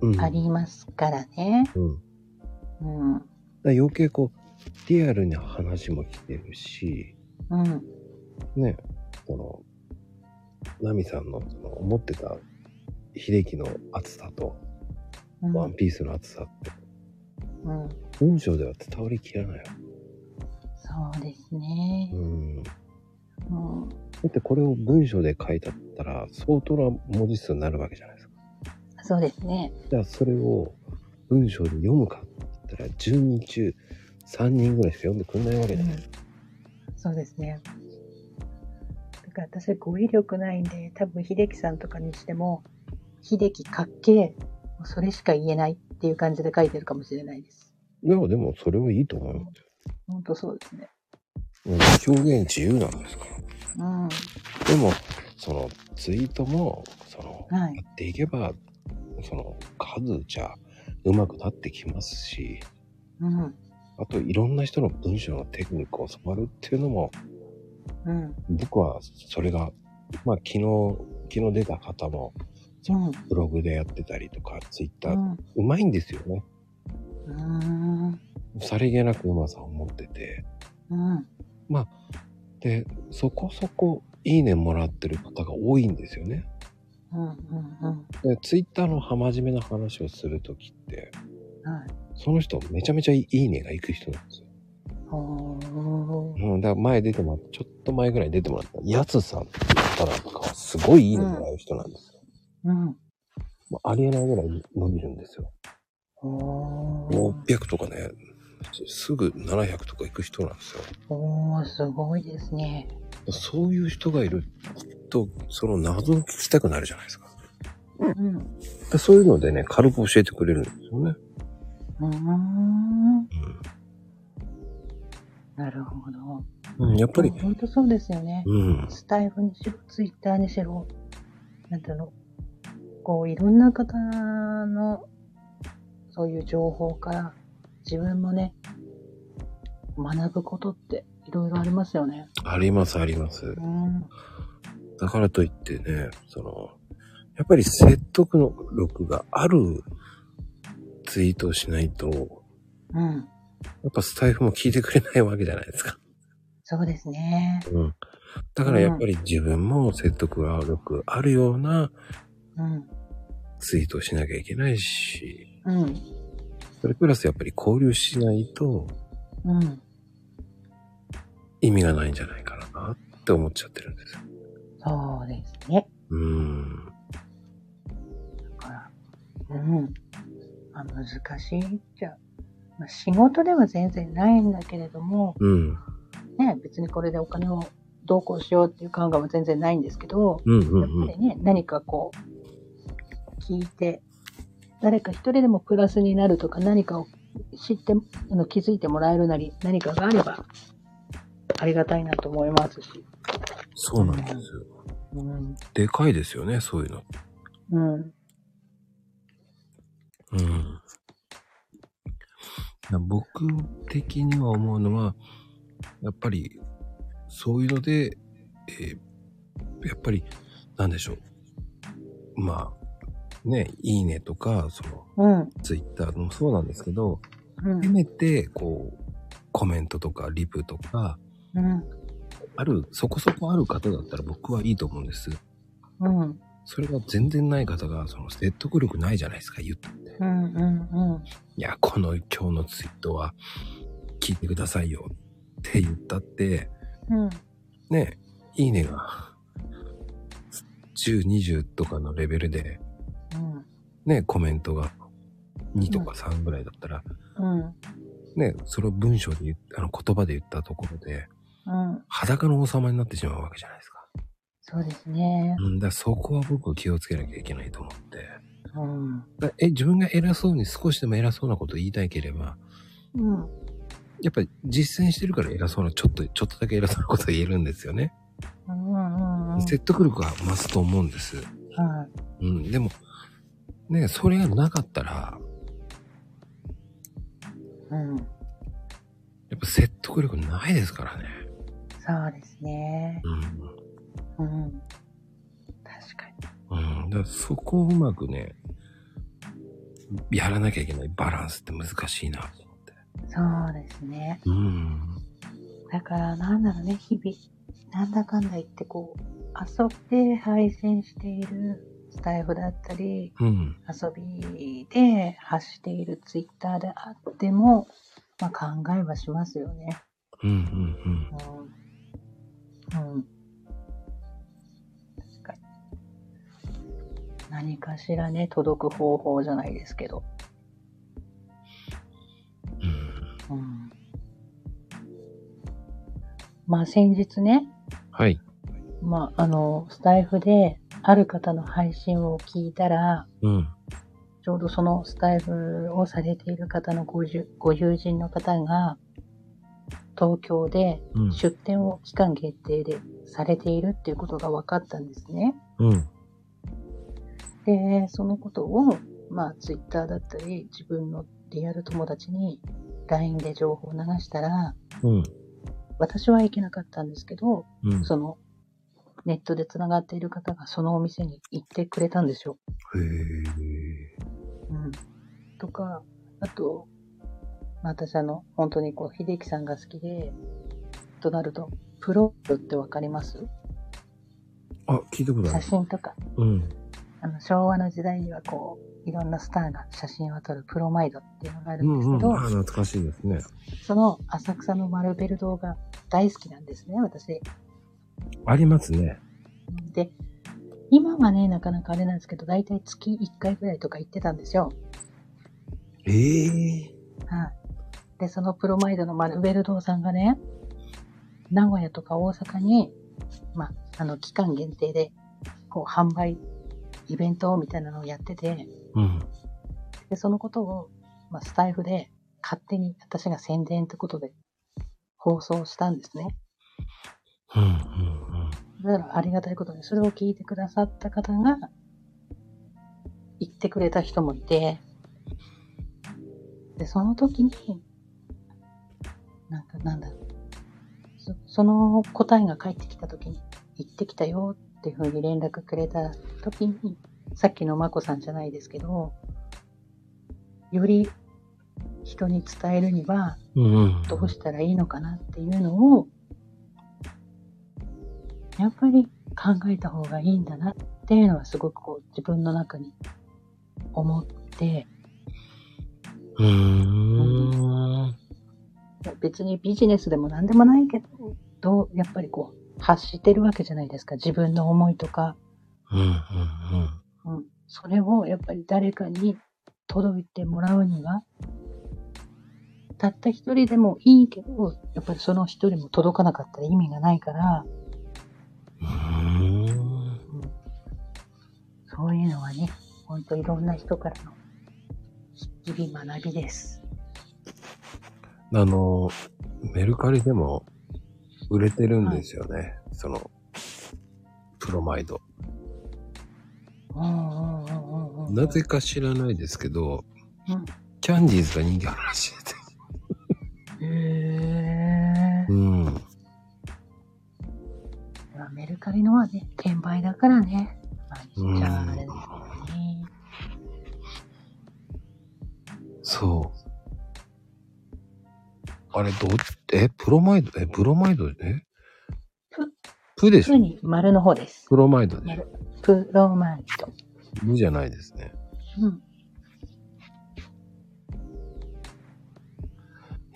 うん
ありますからね。
うん。だか
うん。うん。
ら余計こう、リアルな話も聞けるし、
うん。
ね、この、ナミさんのその思ってた秀樹の熱さと、
うん。
ワンピースの熱さって、
うん。
文章では伝わりきらない。
そうですね
う。ん。だ
うん、
ってこれを文章で書いたったら、相当な文字数になるわけじゃないですか。
そうですね。
じゃあそれを文章で読むかって言ったら、10人中3人ぐらいしか読んでくれないわけじゃないですか。
そうですね。だから私語彙力ないんで、多分秀樹さんとかにしても、秀樹かっけえ、もうそれしか言えないっていう感じで書いてるかもしれないです。
いや、でもそれはいいと思いますよ。
本当そうですね。
うん表現自由なんですから。
うん。
でも、そのツイートも、その、
はい
やっていけば、その数じゃうまくなってきますし、
うん。
あといろんな人の文章のテクニックを教わるっていうのも、
うん。
僕はそれが、まあ昨日、昨日出た方も
うん。
ブログでやってたりとか、ツイッタ
う
ー、
ん。
うまいんですよね。
うん。
さりげなくうまさを持ってて。
うん。
で、そこそこいいねもらってる方が多いんですよね。
うん。うん。
で、ツイッターの真面目な話をするときって、
はい。
その人めちゃめちゃいいねが行く人なんですよ。
ほー。
うん、だから前出てもらった、ちょっと前ぐらいに出てもらった、やつさんって言ったらとかはすごいいいねもらう人なんですよ。
うん。
もうありえないぐらい伸びるんですよ。
ほー。
600とかね、すぐ700とか行く人なんですよ。
おー、すごいですね。
そういう人がいると、その謎を聞きたくなるじゃないですか。
うん。
でそういうのでね、軽く教えてくれるんですよね。
うん。なるほど。
うん。やっぱり、
本当そうですよね。
うん。
スタイフにしろ、ツイッターにしろ、なんだろう。こう、いろんな方の、そういう情報から、自分もね、学ぶことっていろいろありますよね。
あります、あります。
うん。
だからといってね、その、やっぱり説得の力があるツイートをしないと、
うん。
やっぱスタイフも聞いてくれないわけじゃないですか。
そうですね。
うん。だからやっぱり自分も説得力あるような
うん。
ツイートをしなきゃいけないし、
うん。
それプラスやっぱり交流しないと
うん。
意味がないんじゃないかなって思っちゃってるんですよ。
そうですね。
うーん。
から、うん。まあ、難しいっちゃ、まあ、仕事では全然ないんだけれども、
うん。
ね、別にこれでお金をどうこうしようっていう考えは全然ないんですけど、
うんう
や
ん
っ
うん
ぱ。りね、何かこう、聞いて、誰か一人でもプラスになるとか、何かを知って、あの気づいてもらえるなり、何かがあれば、ありがたいなと思いますし。
そうなんですよ。
うん。
でかいですよね、そういうの。
うん。
うん。僕的には思うのは、やっぱり、そういうので、えーやっぱり、なんでしょう。まあ、ね、いいねとか、その、
うん。
ツイッターもそうなんですけど、
うん
せ。めて、こう、コメントとか、リプとか、
うん。
ある、そこそこある方だったら僕はいいと思うんです。
うん。
それが全然ない方が、その、説得力ないじゃないですか、言ったって。
うん。うん。
いや、この今日のツイートは聞いてくださいよって言ったって、
うん。
ね、いいねが10、20とかのレベルで、
うん。
ね、コメントが2とか3ぐらいだったら、
うん。
ね、それを文章で言っあの言葉で言ったところで、
うん。
裸の王様になってしまうわけじゃないですか。
そうですね。
うん、だからそこは僕は気をつけなきゃいけないと思って。
うん。
だえ、自分が偉そうに少しでも偉そうなことを言いたいければ、
うん。
やっぱり実践してるから偉そうな、ちょっと、ちょっとだけ偉そうなことを言えるんですよね。
うん。うん。
説得力が増すと思うんです。
は
うん、でも、ね、それがなかったら、
い。うん。
やっぱ説得力ないですからね。
そうですね。
うん。
うん。確かに。
うん。だからそこをうまくね、やらなきゃいけないバランスって難しいなと思って。
そうですね。
うん。
だから、なんだろうね、日々、なんだかんだ言って、こう、遊びで配信しているスタイフだったり、
うん。
遊びで発しているツイッターであっても、まあ考えはしますよね。
うんうん
うん。うん。確かに。何かしらね、届く方法じゃないですけど。
うん。うん。
うん。まあ先日ね、
はい。
まああの、スタイフである方の配信を聞いたら、
うん。
ちょうどそのスタイフをされている方のごじゅご友人の方が、東京で
うん。
出店を期間限定でされているっていうことが分かったんですね。
うん。
で、そのことを、まあ、ツイッターだったり、自分のリアル友達に LINE で情報を流したら、
うん。
私は行けなかったんですけど、
うん。
その、ネットで繋がっている方がそのお店に行ってくれたんですよ。
へえ。
うん。とか、あと、まあ、私あの、本当にこう、秀樹さんが好きで、となると、プロップってわかります
あ、聞いたことあ
写
る。
真とか、
うん。
あの、昭和の時代にはこう、いろんなスターが写真を撮るプロマイドっていうのがある
うん
ですけ
ん
ど、
うん。あ、懐かしいですね。
その浅草のマルベル堂が大好きなんですね、私。
ありますね。
で、今はね、なかなかあれなんですけど、だいたい月1回ぐらいとか行ってたんですよ。
ええ。
はい。で、そのプロマイドのマルベル堂さんがね、名古屋とか大阪に、まあ、あの、期間限定で、こう、販売、イベントみたいなのをやってて、
うん。
で、そのことを、まあ、スタイフで勝手に私が宣伝ってことで放送したんですね。
うんうん
だからありがたいことに、それを聞いてくださった方が、言ってくれた人もいて、で、その時に、なんか、なんだそ、その答えが返ってきた時に、行ってきたよっていうふうに連絡くれた時に、さっきのまこさんじゃないですけど、より人に伝えるには、
うん。うんうん。
どうしたらいいのかなっていうのを、やっぱり考えた方がいいんだなっていうのはすごくこう自分の中に思って、
うーん。
別にビジネスでも何でもないけど、どう、やっぱりこう発してるわけじゃないですか。自分の思いとか、
うんうん
うん。それをやっぱり誰かに届いてもらうには、たった一人でもいいけど、やっぱりその一人も届かなかったら意味がないから、
うん。うーん。
そういうのはね、ほんといろんな人からの日々学びです。
あの、メルカリでも売れてるんですよね。その、プロマイド。
うんうんうんうんうん。
なぜか知らないですけど、
うん
キャンディーズが人気あるらしいです。
へえ。
うん。
まあメルカリのはね、転売だからね。まあ、言っちゃあれですけどね。
そう。あれ、どっ、え、プロマイド、え、プロマイド、え
プ
プでし
普
ょ
に丸の方です。
プロマイドでしょ
プロマイド。
無じゃないですね。
うん。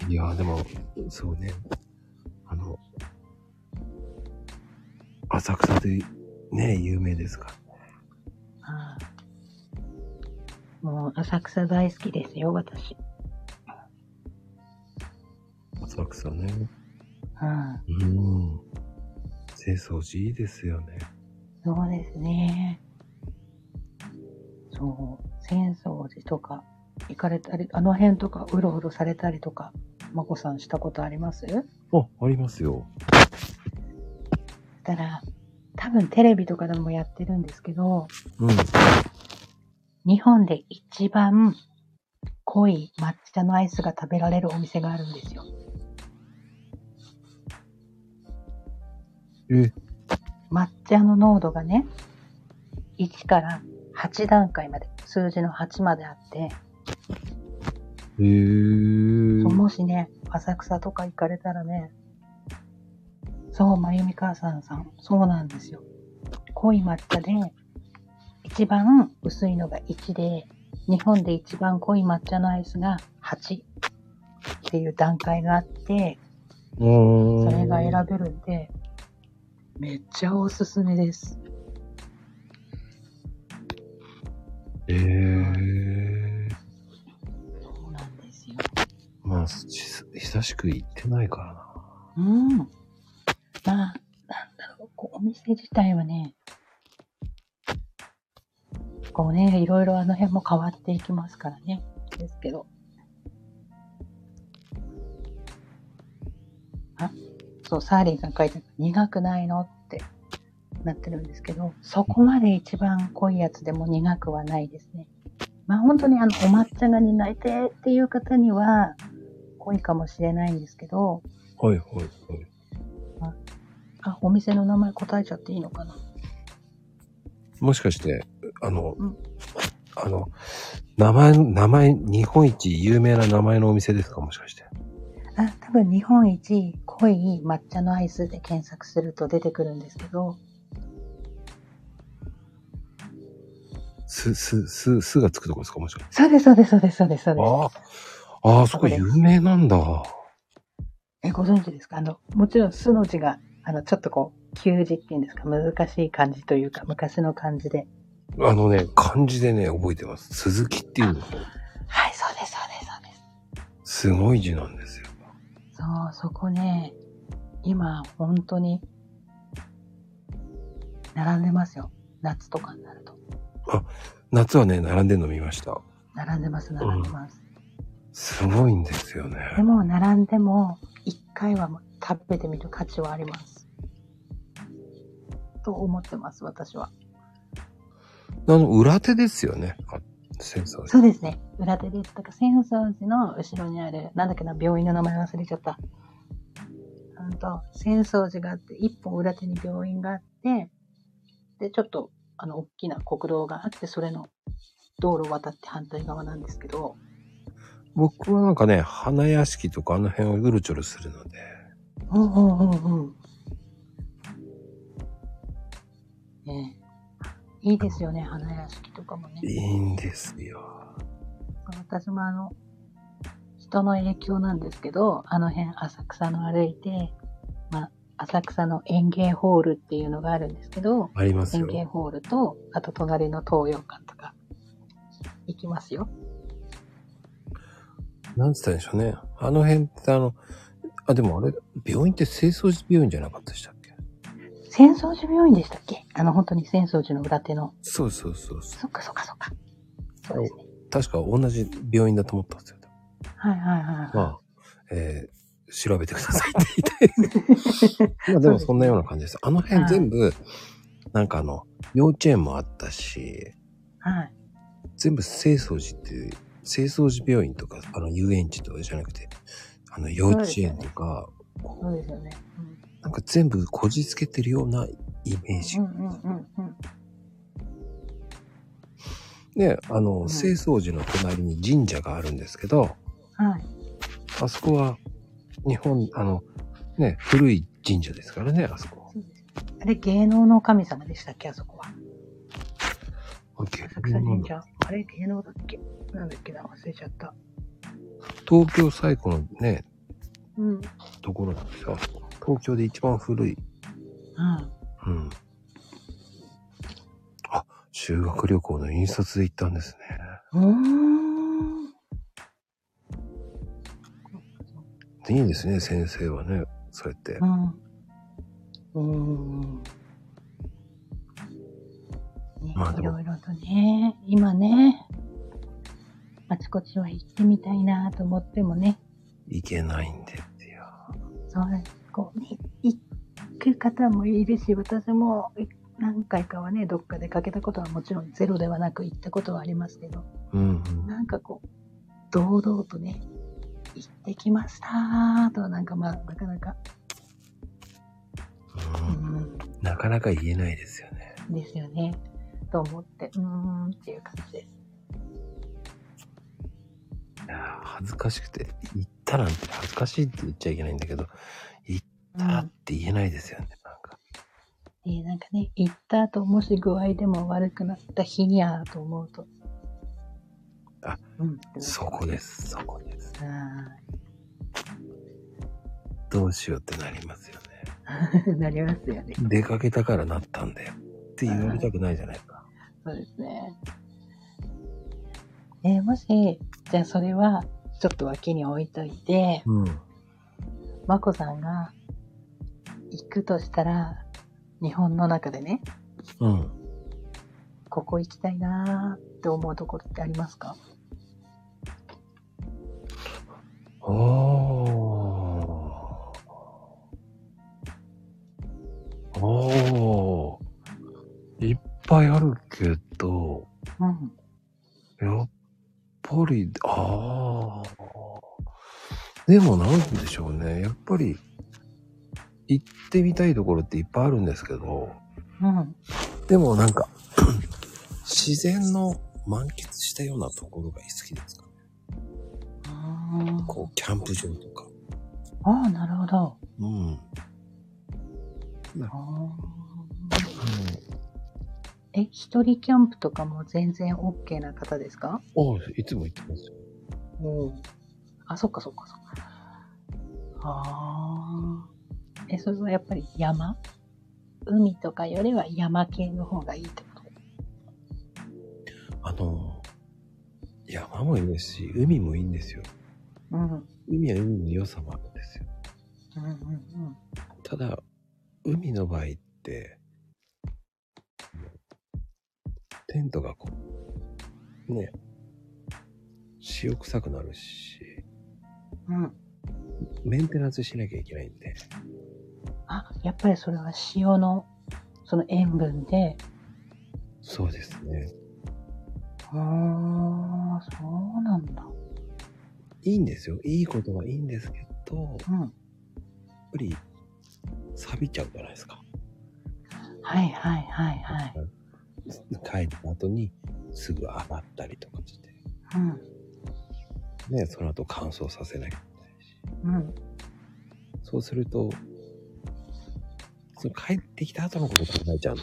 いやーでも、そうね。あの、浅草でね、有名ですから。
ああもう、浅草大好きですよ、私。
浅草ね。
うん。
うん。清掃寺いいですよね。
そうですね。そう、浅草寺とか行かれたり、あの辺とかうろうろされたりとか、まこさんしたことあります
あ、ありますよ。
たら、多分テレビとかでもやってるんですけど、
うん。
日本で一番濃い抹茶のアイスが食べられるお店があるんですよ。
え、
抹茶の濃度がね、1から8段階まで、数字の8まであって、
えー。
もしね、浅草とか行かれたらね、そう、まゆみ母さんさん、そうなんですよ。濃い抹茶で、一番薄いのが1で、日本で一番濃い抹茶のアイスが8っていう段階があって、
うー
そ
ん。
れが選べるんで、めっちゃおすすめです。
べえー。
そうなんですよ。
まあ、し久しく行ってないからな。
うん。まあ、なんだろう、こうお店自体はね、こうね、いろいろあの辺も変わっていきますからね。ですけど。あ、そう、サーリンさん書いてある苦くないのってなってるんですけど、そこまで一番濃いやつでも苦くはないですね。まあ本当にあの、お抹茶が苦いてっていう方には、濃いかもしれないんですけど、
はいはいはい。
あ、お店の名前答えちゃっていいのかな
もしかして、あの、
うん
あの、名前の、名前、日本一有名な名前のお店ですかもしかして。
あ、多分日本一濃い抹茶のアイスで検索すると出てくるんですけど、
す、す、す、すがつくとこですかもしかして。
そうです、そうです、そうです、そうです、そうです。
ああ、ああ、そこ有名なんだ。
え、ご存知ですかあの、もちろん素の字が、あの、ちょっとこう、旧字っていうんですか、難しい漢字というか、昔の漢字で。
あのね、漢字でね、覚えてます。鈴木っていうの。
はい、そうです、そうです、そうです。
すごい字なんですよ。
そう、そこね、今、本当に、並んでますよ。夏とかになると。
夏はね、並んで飲みました。
並んでます、並んでます。
すごいんですよね。
でも並んでも一回は食べてみる価値はあります。と思ってます、私は。
あの、裏手ですよね。あ、センサーで
そうですね。裏手ですとか、浅草寺の後ろにある、なんだっけな、病院の名前忘れちゃった。うんと、浅草寺があって、一本裏手に病院があって、で、ちょっと、あの、大きな国道があって、それの道路を渡って反対側なんですけど、
僕はなんかね、花屋敷とかあの辺をうろちょろするので、
うんうんうんうん。ねえいいですよね、花屋敷とかもね。
いいんですよ。
私もあの、人の影響なんですけど、あの辺浅草の歩いて、まあ、浅草の園芸ホールっていうのがあるんですけど、
あります
園芸
よ。
ホールと、あと隣の東洋館とか、行きますよ。
なんつったんでしょうね。あの辺ってあの、あ、でもあれ、病院って清掃寺病院じゃなかったでしたっけ
浅草寺病院でしたっけあの、本当に浅草寺の裏手の。
そうそうそうそ
そっかそっかそっか。そうですね。
う。確か同じ病院だと思ったんですよ。
はいはいはいはい。
まあ、えー調べてくださいって言い たい。まあでもそんなような感じです。あの辺全部、なんかあの、幼稚園もあったし、
はい。
全部清掃寺っていう、清掃寺病院とか、あの遊園地とかじゃなくて、あの幼稚園とか、
そうですよね。うん
なんか全部こじつけてるようなイメージ
う。んうんうんうん。
で、あ
う
の、
ん
清掃寺の隣に神社があるんですけど、
はい。
あそこは、日本、あの、ね、古い神社ですからね、あそこは。
そうです。あれ、芸能の神様でしたっけあそこは。
OK
浅草神社。あれ、芸能だっけなんだっけな忘れちゃった。
東京最古のね、
うん。うん。
ところなんですよ。東京で一番古い。うん。あ、修学旅行の引率で行ったんですね。
うーん。
いいですね、先生はね。そうやって
う。ん。うん。ね
まあ、で
い
も
ろいろとね、今ね、あちこちは行ってみたいなと思ってもね、
行けないんでっていう。
そう、こう、ね、行く方もいるし、私もい何回かはね、どっか出かけたことはもちろんゼロではなく行ったことはありますけど、
うん、うん。
なんかこう、堂々とね、行ってきましたーとはなんかまあ、なかなか、う
うん
ん、
なかなか言えないですよね。
ですよね、と思って、うーんっていう感じです。
いやー恥ずかしくて、行ったなんて恥ずかしいって言っちゃいけないんだけど、
う
あっ
ん
て言えないですよね。なんか。
でなんかね、行った後、もし具合でも悪くなった日にゃーと思うと。
あ、
うん、
そこです。そこです。
は
どうしようってなりますよね。
なりますよね。
出かけたからなったんだよって言われたくないじゃないか。
そうですね。えーもし、じゃあそれは、ちょっと脇に置いといて、
うん。
まこさんが行くとしたら、日本の中でね、
うん。
ここ行きたいなーって思うところってありますか
ああ。ああ。いっぱいあるけど、
うん。
やっぱり、ああ。でもなんでしょうね。やっぱり、行ってみたいところっていっぱいあるんですけど、
うん。
でもなんか、 自然の満喫したようなところが好きですかね。
あー
こう、キャンプ場とか。
あー、なるほど。
うん。
あーえ、一人キャンプとかも全然 OK な方ですか
ああ、いつも行ってますよ。
うん。あ、そっかそっかそっか。ああ。え、それはやっぱり山海とかよりは山系の方がいいってこと
あの、山もいいですし、海もいいんですよ。
うん。うん
海は海の良さもあるんですよ。
うんうん。
ただ、海の場合って、テントがこう、ね、塩臭くなるし、
うん。
メンテナンスしなきゃいけないんで、
あ、やっぱりそれは塩の、その塩分で。
そうですね。
ああ、そうなんだ。
いいんですよ。いいことはいいんですけど、やっ
うん。
ぱり、錆びちゃうじゃないですか。
はいはいはいはい。
帰った後に、すぐ洗ったりとかして、
うん。
ね、その後乾燥させなきゃいけないし。
うん。
そうすると、その帰ってきた後のことを考えちゃう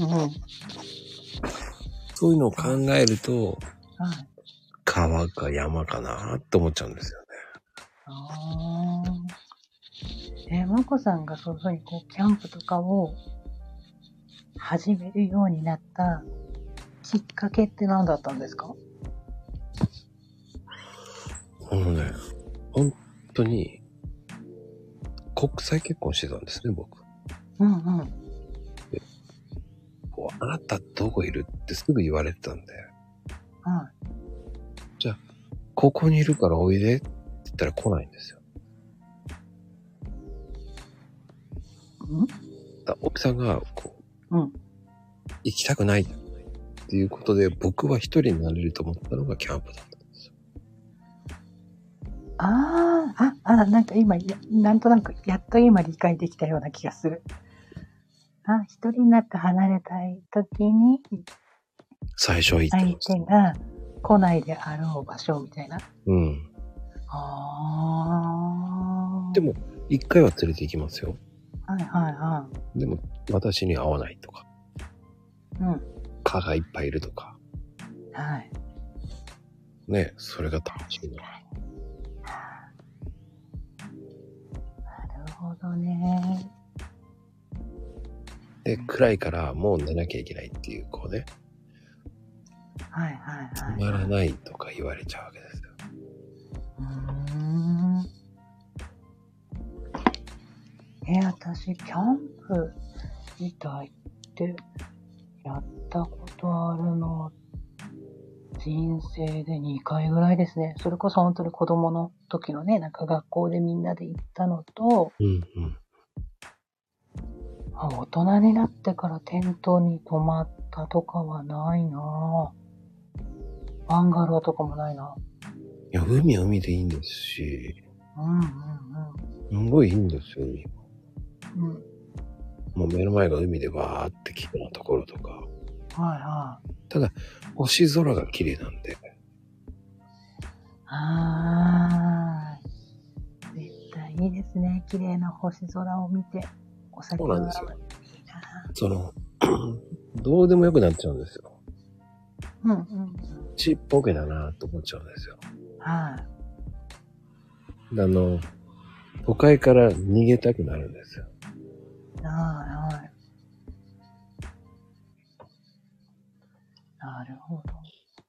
の。
うん。はい。
そういうのを考えると、川か山かなって思っちゃうんですよね。
ああ。え、まこさんがそういうふうにこう、キャンプとかを始めるようになったきっかけって何だったんですか
あのね、本当に、国際結婚してたんですね、僕。
うんうん。
こうあなたどこいるってすぐ言われてたんで、
は
ここにいるからおいでって言ったら来ないんですよ。
い。ん
だ奥さんが、こう、
うん
行きたくないっていうことで、僕は一人になれると思ったのがキャンプだったんですよ。
ああ、あ、あ、なんか今、やなんとなく、やっと今理解できたような気がする。あ、一人になって離れたい時に、
最初は行って
相
ました
手が来ないであろう場所みたいな。
うん。
ああ。
でも、一回は連れて行きますよ。
はいはいは
でも、私に合わないとか、
い。うん。
蚊がいっぱいいるとか、
はい。
ね、それが楽しみな。
なるほどね。
で、暗いからもう寝なきゃいけないっていう、こうね、
はいはいはい。
止まらないとか言われちゃうわけですよ。
うーん。え、私、キャンプ自体って、やったことあるの、人生で2回ぐらいですね。それこそ本当に子供の時のね、なんか学校でみんなで行ったのと、
うんうん。
あ大人になってから店頭に泊まったとかはないなぁバンガローとかもないない
や、海は海でいいんですし、
うんうん
すごいいいんですよ、海。
うん。うん。
もう目の前が海でわーって綺麗なところとか、
はいはい。
星空が綺麗なんで、
ああ、絶対いいですね。綺麗な星空を見て、お酒を
そうなんですよ
飲むいいな。
その、 どうでもよくなっちゃうんですよ。
うんうん。
ちっぽけだなと思っちゃうんですよ。
はい。
あの、都会から逃げたくなるんですよ。
はいはい。なるほど。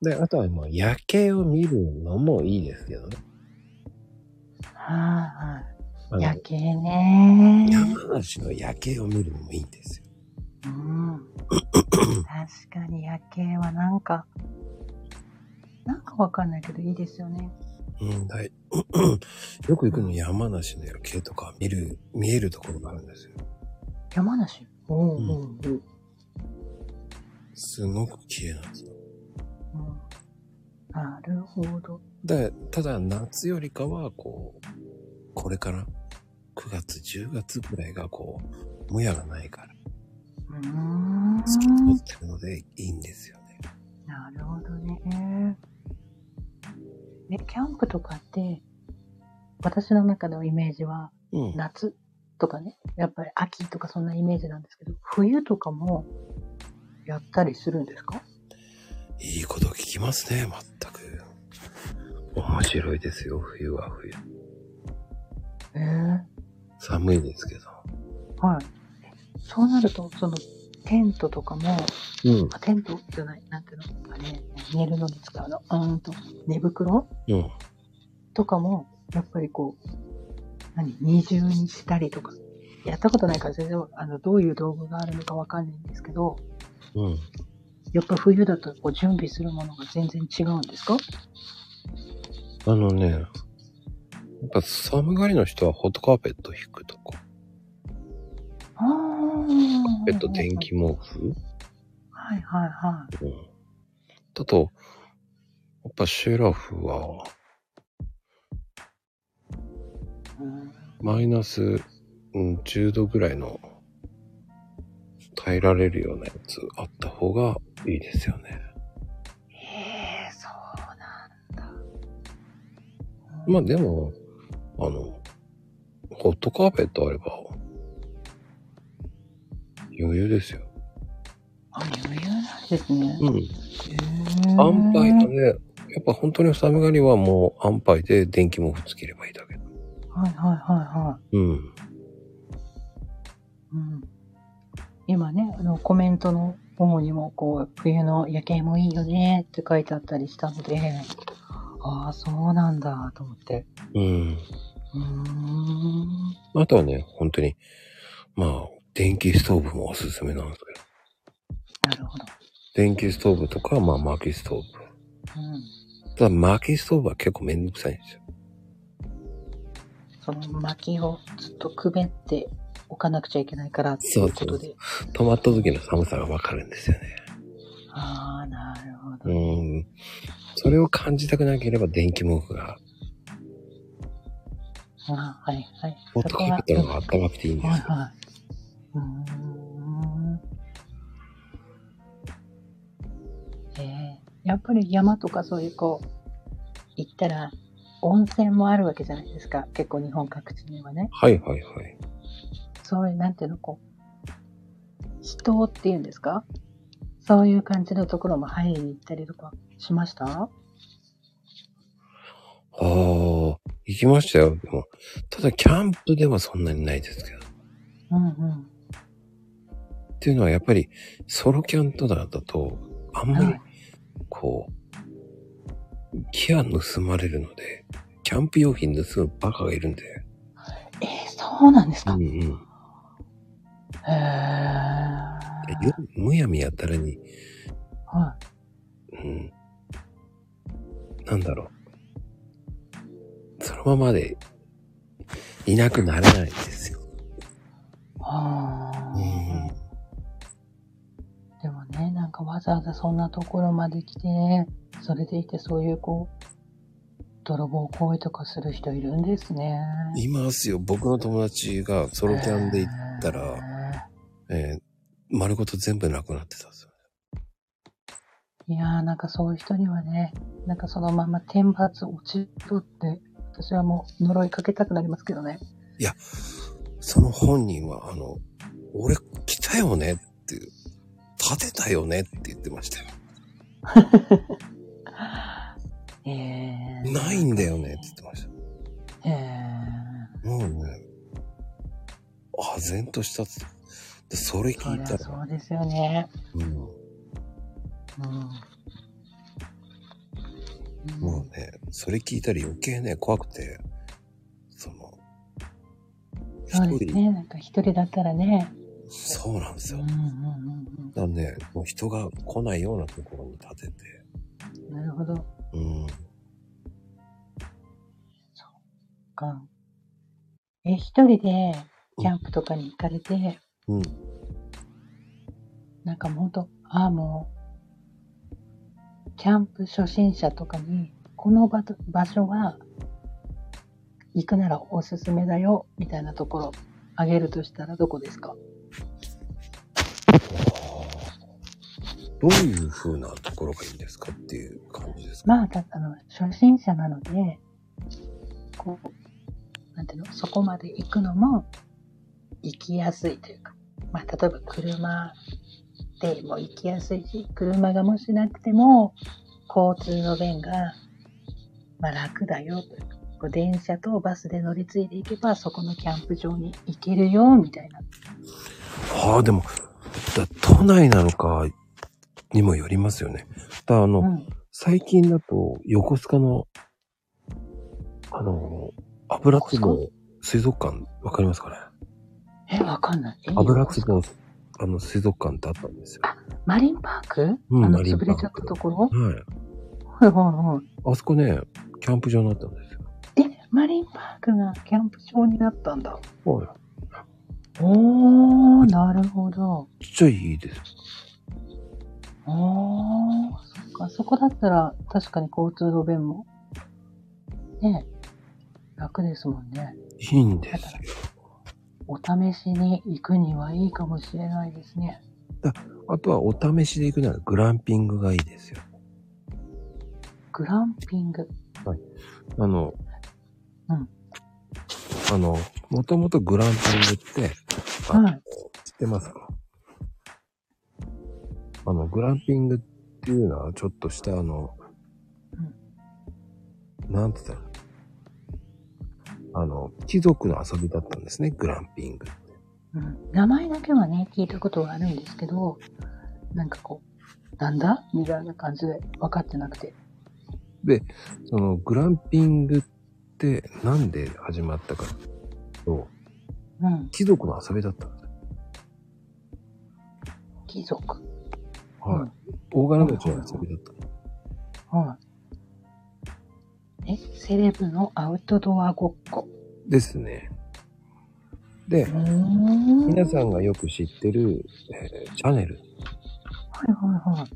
で、あとはもう夜景を見るのもいいですけどね。
は
あ
い
の
はい。夜景ね。
山梨の夜景を見るのもいいんですよ。
うん。確かに夜景はなんか、なんかわかんないけどいいですよね。
うん、だい よく行くの山梨の夜景とか見る、見えるところがあるんですよ。
山梨。おうおうおう
すごく綺麗なんですよ。
うん。なるほど。
で、ただ夏よりかは、こう、これから、9月、10月ぐらいがこう、もやがないから、
うーん。
透き通ってるのでいいんですよね。
なるほどね。え、キャンプとかって、私の中のイメージは、
うん。
夏とかね、やっぱり秋とかそんなイメージなんですけど、冬とかもやったりするんですか
いいこと聞きますね、まったく。面白いですよ、冬は冬。
ええ
寒いですけど。
はい。そうなると、その、テントとかも、
うん。
あテントじゃない、なんていうのあれ、寝るのに使うの。うーんと、寝袋
うん。
とかも、やっぱりこう、何、二重にしたりとか。やったことないから全然、あの、どういう道具があるのかわかんないんですけど、
うん。
やっぱ冬だとこう準備するものが全然違うんですか
あのね、やっぱ寒がりの人はホットカーペット引くとか、
ああ。
ペット電気毛布
はいはいは
うん。だと、やっぱシェラフは、
い。うん
マイナス、うん、10度ぐらいの、耐えられるようなやつあった方がいいですよね。
へえ、そうなんだ。
まあでも、あの、ホットカーペットあれば、余裕ですよ。
あ、余裕なんですね。
うん。
へー
安牌だね。やっぱ本当に寒がりはもう安牌で電気毛布つければいいだけ。
はいはいはいは
うん。
い。うん、今ね、あのコメントの方にもこう、冬の夜景もいいよねって書いてあったりしたので、ああ、そうなんだと思って。
うん。
うーん。
あとはね、本当に、まあ、電気ストーブもおすすめなんですけど。
なるほど。
電気ストーブとか、まあ、薪ストーブ。
うん。
ただ、薪ストーブは結構めんどくさいんですよ。
その薪をずっとくべっておかなくちゃいけないからっていうことで。
止まった時の寒さがわかるんですよね。
ああ、なるほど。
うん。それを感じたくなければ電気毛布が、
あーはいはい。
ホットカーペットの方が暖かくていいんです
はい
よ。
はい。うーん。えー、やっぱり山とかそういうこう、行ったら温泉もあるわけじゃないですか。結構日本各地にはね。
はいはいはい。
そういう、なんていうの、こう、人っていうんですかそういう感じのところも入りに行ったりとかしました
ああ、行きましたよ。でも、ただキャンプではそんなにないですけど。
うんうん。
っていうのはやっぱり、ソロキャンとだと、あんま
は
り
い、
こう、木は盗まれるので、キャンプ用品盗むバカがいるんで。
えー、そうなんです
う
か、
んう
へ
ん。
え。
夜むやみやたらに、
は
うん。なんだろう。そのままで、いなくならないんですよ。
い。は
うん
あ。でもね、なんかわざわざそんなところまで来て、それでいてそういうこう、泥棒行為とかする人いるんですね。
いますよ。僕の友達がソロキャンで行ったら、
ら。
えー丸ごと全部なくなってたんですよ。
いやーなんかそういう人にはね、なんかそのまま天罰落ちるって、私はもう呪いかけたくなりますけどね。
その本人は、あの、俺来たよねっていう、立てたよねって言ってましたよ。
えー。
ないんだよねって言ってました。
えー。
もうね、然としたっつって。で、それ
そ
聞い
りゃ
た
そ
ら、
うですよね。
うん、
うん。
もうね、それ聞いたら余計ね、怖くて、その、
そうですね。なんか一人だったらね。
そうなんです
うん
よ
うん。うん
なんで、もう人が来ないようなところに立てて、
うん。なるほど。そ
うん、
っか。え、一人でキャンプとかに行かれて、
うん、
なんかもうほんと、ああもう、キャンプ初心者とかに、この場と場所は、行くならおすすめだよ、みたいなところ、あげるとしたらどこですか
どういう風なところがいいんですかっていう感じですか、
まあ、たあの、初心者なので、こう、なんていうの、そこまで行くのも、行きやすいというか、まあ、例えば車でも行きやすいし、車がもしなくても、交通の便が、まあ、楽だよというか、こう電車とバスで乗り継いでいけば、そこのキャンプ場に行けるよ、みたいな。
ああ、でも、だ都内なのかにもよりますよね。だあの、
うん。
最近だと横須賀の、あの、油壺水族館、わかりますかね
え、わかんない。え
油壺、あの、水族館ってあったんですよ。
マリンパーク、
うん
あの、
マリンパーク
潰れちゃったところ
はい。
はいはいはい。
あそこね、キャンプ場になったんですよ。
え、マリンパークがキャンプ場になったんだ。
はい。
おー、なるほど。
ちっちゃいいいですよ。
おー、そっか。そこだったら確かに交通の便も、ね、楽ですもんね。
いいんですよ。
お試しに行くにはいいかもしれないですね。
あとはお試しで行くならグランピングがいいですよ。
グランピング。
あの、
うん
あの、もともとグランピングって、あ
はい。
知ってますかあの、グランピングっていうのは、ちょっとしたあの、なんて言ったら、あの、貴族の遊びだったんですね、グランピングって。
うん、名前だけはね、聞いたことはあるんですけど、なんかこう、なんだみたいな感じで分かってなくて。
その、グランピングって、なんで始まったかっていうと、
うん。
貴族の遊びだったんですよ。
貴族。
はい。
うん
大金持ちの遊びだった。
はい。え、セレブのアウトドアごっこ。
ですね。で、皆
皆
さ
はい
んがよく知ってる、えーシャネル。
はいはい。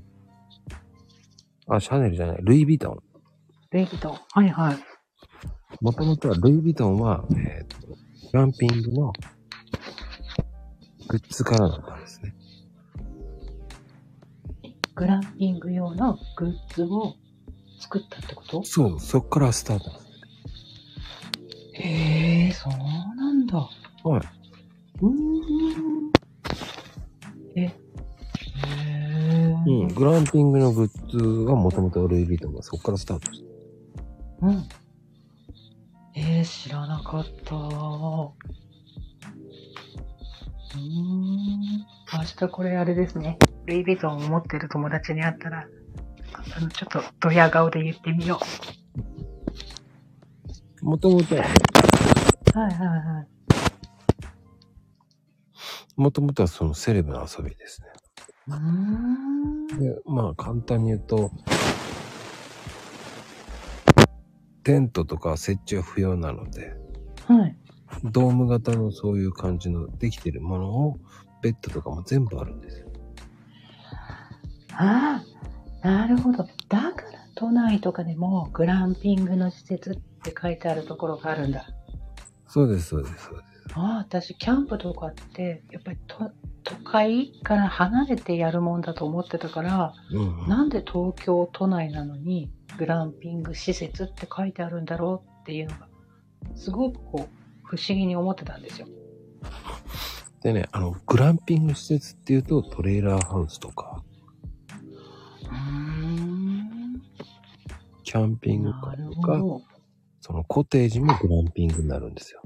あ、シャネルじゃない、ルイ・ヴィトン。
レイト。はいはい。
もともとはルイ・ヴィトンは、えーと、グランピングのグッズからだったんですね。
グランピング用のグッズを作ったってこと
そう、そっからスタートなんです。
へえ、そうなんだ。
はいう
ーん。え。へえ。
うん、グランピングのグッズはもともとルイ・ヴィトンがそっからスタートした。
うん。えー、知らなかった。うーん。明日これあれですね。ルイ・ヴィトンを持ってる友達に会ったら、あの、ちょっとドヤ顔で言ってみよ
もともと、
う。はいはいはい。
もともとはそのセレブの遊びですね。
うーん。
で、まあ簡単に言うと、テントとか設置は不要なので、
はい。
ドーム型のそういう感じのできてるものを、ベッドとかも全部あるんですよ。
ああ、なるほど。だから都内とかでもグランピングの施設って書いてあるところがあるんだ。
そうです、そうです、そうです。
ああ、私、キャンプとかって、やっぱり都都会から離れてやるもんだと思ってたから、
うんうん、
なんで東京都内なのに、グランピング施設って書いてあるんだろうっていうのが、すごくこう、不思議に思ってたんですよ。
でね、あの、グランピング施設っていうと、トレーラーハウスとか、
うん。
キャンピングカ
なる
ーと
ほ
か、
ど。
そのコテージもグランピングになるんですよ。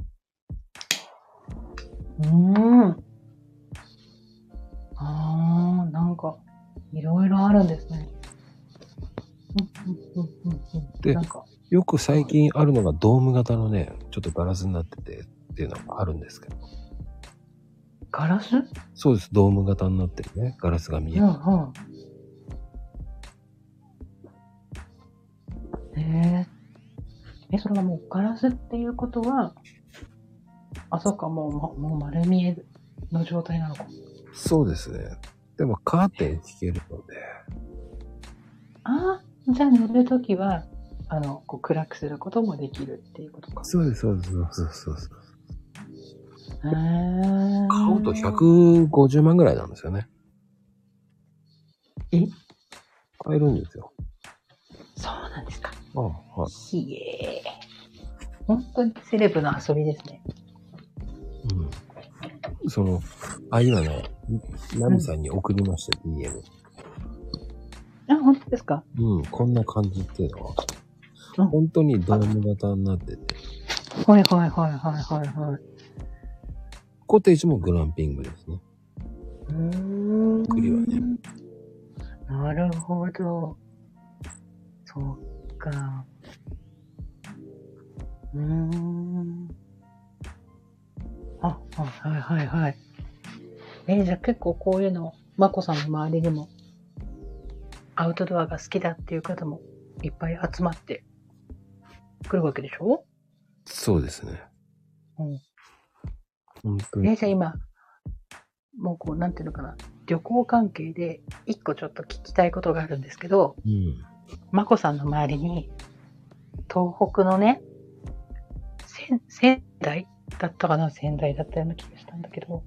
うーん。あー、なんか、いろいろあるんですね。うんうんうんうんうん
で
なんか、
よく最近あるのがドーム型のね、ちょっとガラスになっててっていうのがあるんですけど。
ガラスうん
そうです、ドーム型になってるね。ガラスが見え
う
る。
ん。えー、え、それはもうガラスっていうことは、あ、そっか、もう、まもう丸見えの状態なのか。
そうですね。でもカーテン引けるので、
ああ、じゃあ寝るときは、あの、こう暗くすることもできるっていうことか。
そうです、そうです、そうです、そうです。
へー
買うと。150万ぐらいなんですよね。
え
買えるんですよ。
そうなんですか。
ああはい。
ひえー。本当にセレブの遊びですね。
うん。その、あ、今ね、ナミさんに送りました、DM。
あ、本当ですか
うん、こんな感じっていうのは
うん、
本当にドーム型になってて、
はいはいはいはいはいはい。
コテージもグランピングですね。
うーん。
栗はね
なるほど。そうか。うーん。あ、あはいはいはい。えじゃあ結構こういうの、まこさんの周りにも、アウトドアが好きだっていう方もいっぱい集まってくるわけでしょ
そうですね。
うん。
本当
え
に。
じゃあ今、もうこう、なんていうのかな、旅行関係で一個ちょっと聞きたいことがあるんですけど、
うん。
まこさんの周りに、東北のね、仙仙台だったかな仙台だったような気がしたんだけど、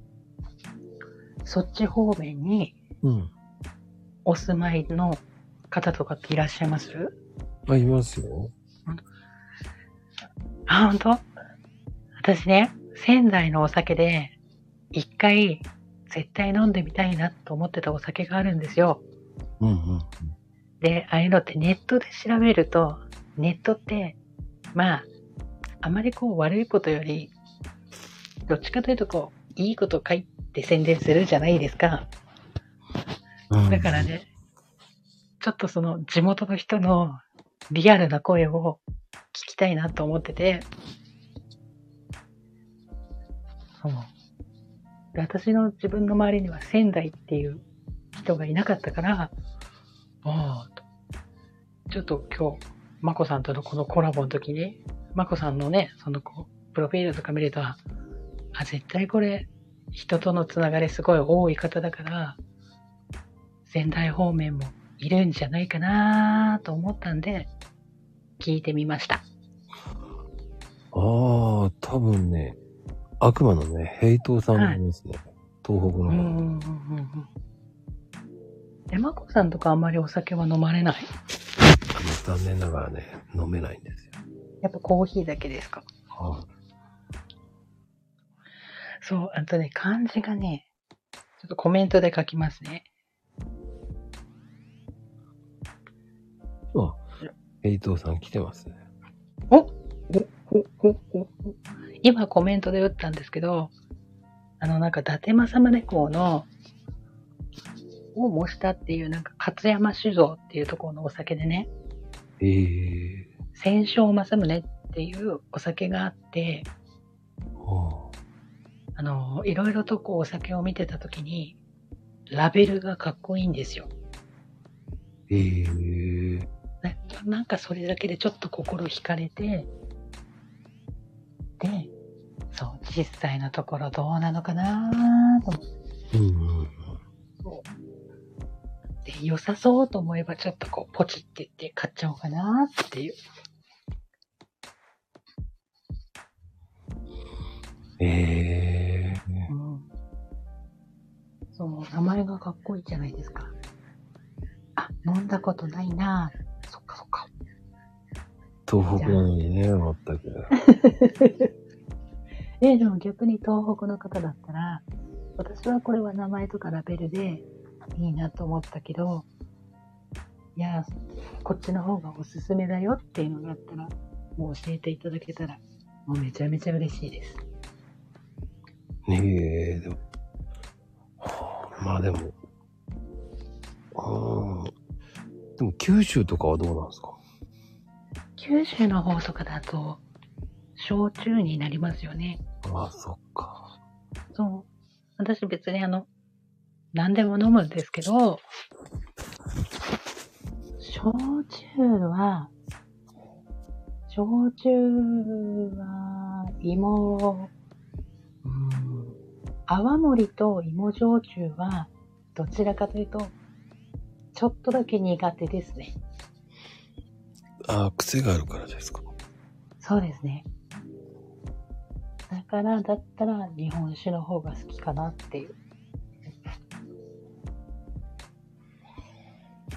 そっち方面に
うん。
お住まいの方とかっていらっしゃいます
あ、いますよ。
あ、本当私ね、仙台のお酒で、一回、絶対飲んでみたいなと思ってたお酒があるんですよ。
うんうん。
で、ああいうのってネットで調べると、ネットって、まあ、あまりこう悪いことより、どっちかというとこう、いいことを書いて宣伝するじゃないですか。
うん
だから。ね、ちょっとその地元の人のリアルな声を聞きたいなと思ってて、そう。で私の自分の周りには仙台っていう人がいなかったから、ああ、とちょっと今日、まこさんとのこのコラボの時に、まこさんのね、そのこう、プロフィールとか見ると、あ、絶対これ、人とのつながりすごい多い方だから、仙台方面もいるんじゃないかなと思ったんで、聞いてみました。
ああ、多分ね、悪魔のね、ヘイトさんがいますね。東北の
う
方。
ん。え、まこさんとかあんまりお酒は飲まれない
残念ながらね、飲めないんですよ。
やっぱコーヒーだけですか
は
そう、あとね、漢字がね、ちょっとコメントで書きますね。
い。ヘイトさん来てますね。
ほほほほ今コメントで打ったんですけど、あの、なんか、伊達政宗公の、を模したっていう、なんか、勝山酒造っていうところのお酒でね、
ええ
戦勝正宗っていうお酒があって、
は
あの、いろいろとこうお酒を見てた時に、ラベルがかっこいいんですよ。
あ、ええ
ななんかそれだけでちょっと心惹かれて、で、そう、実際のところどうなのかなと思っ
うんうんうん。
て、良さそうと思えばちょっとこう、ポチってって買っちゃおうかなっていう。
ええ
うんその名前がかっこいいじゃないですか。あ、飲んだことないなぁ。そっかそっか。
東北なのにね、まったく。
え、でも逆に東北の方だったら、私はこれは名前とかラベルでいいなと思ったけど、いや、こっちの方がおすすめだよっていうのがあったら、もう教えていただけたら、もうめちゃめちゃ嬉しいです。
ねええー、でも、はあまあでも、ああ、でも九州とかはどうなんですか
九州の方とかだと、焼酎になりますよね。
ああ、そっか。
そう。私別にあの、何でも飲むんですけど、焼酎は、焼酎は、芋、
うん。
泡盛と芋焼酎は、どちらかというと、ちょっとだけ苦手ですね。
ああ、癖があるからですか。
そうですね。だから、だったら日本酒の方が好きかなっていう。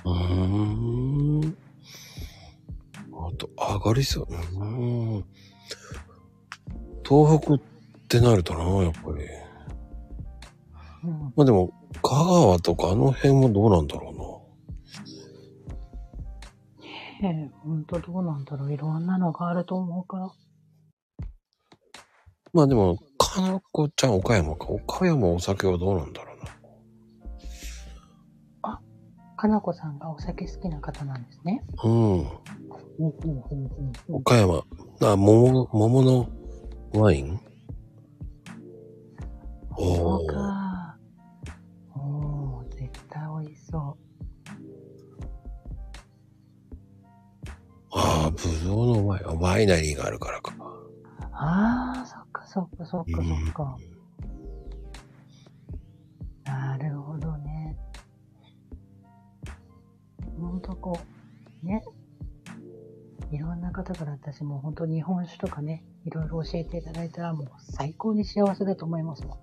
うーん。あと、上がりそう。うーん。東北ってなるとな、やっぱり。
うん、
まあでも、香川とかあの辺もどうなんだろ
ねえ、ほんとどうなんだろう。いろんなのがあると思うから。
うな。まあでも、かなこちゃん岡山か。岡山お酒はどうなんだろうな。
かなこさんがお酒好きな方なんですね。
うん。
ほうほうほうほうほう
岡山。あ、桃、桃のワインお
そう
ー。
か。おー、絶対美味しそ
ああ、ブドウのワイン。あワイナリーがあるからか。
う。あー、そっかそっかそっかそっか。なるほどね。ほんとこう、ね。いろんな方から私も本当日本酒とかね、いろいろ教えていただいたらもう最高に幸せだと思いますも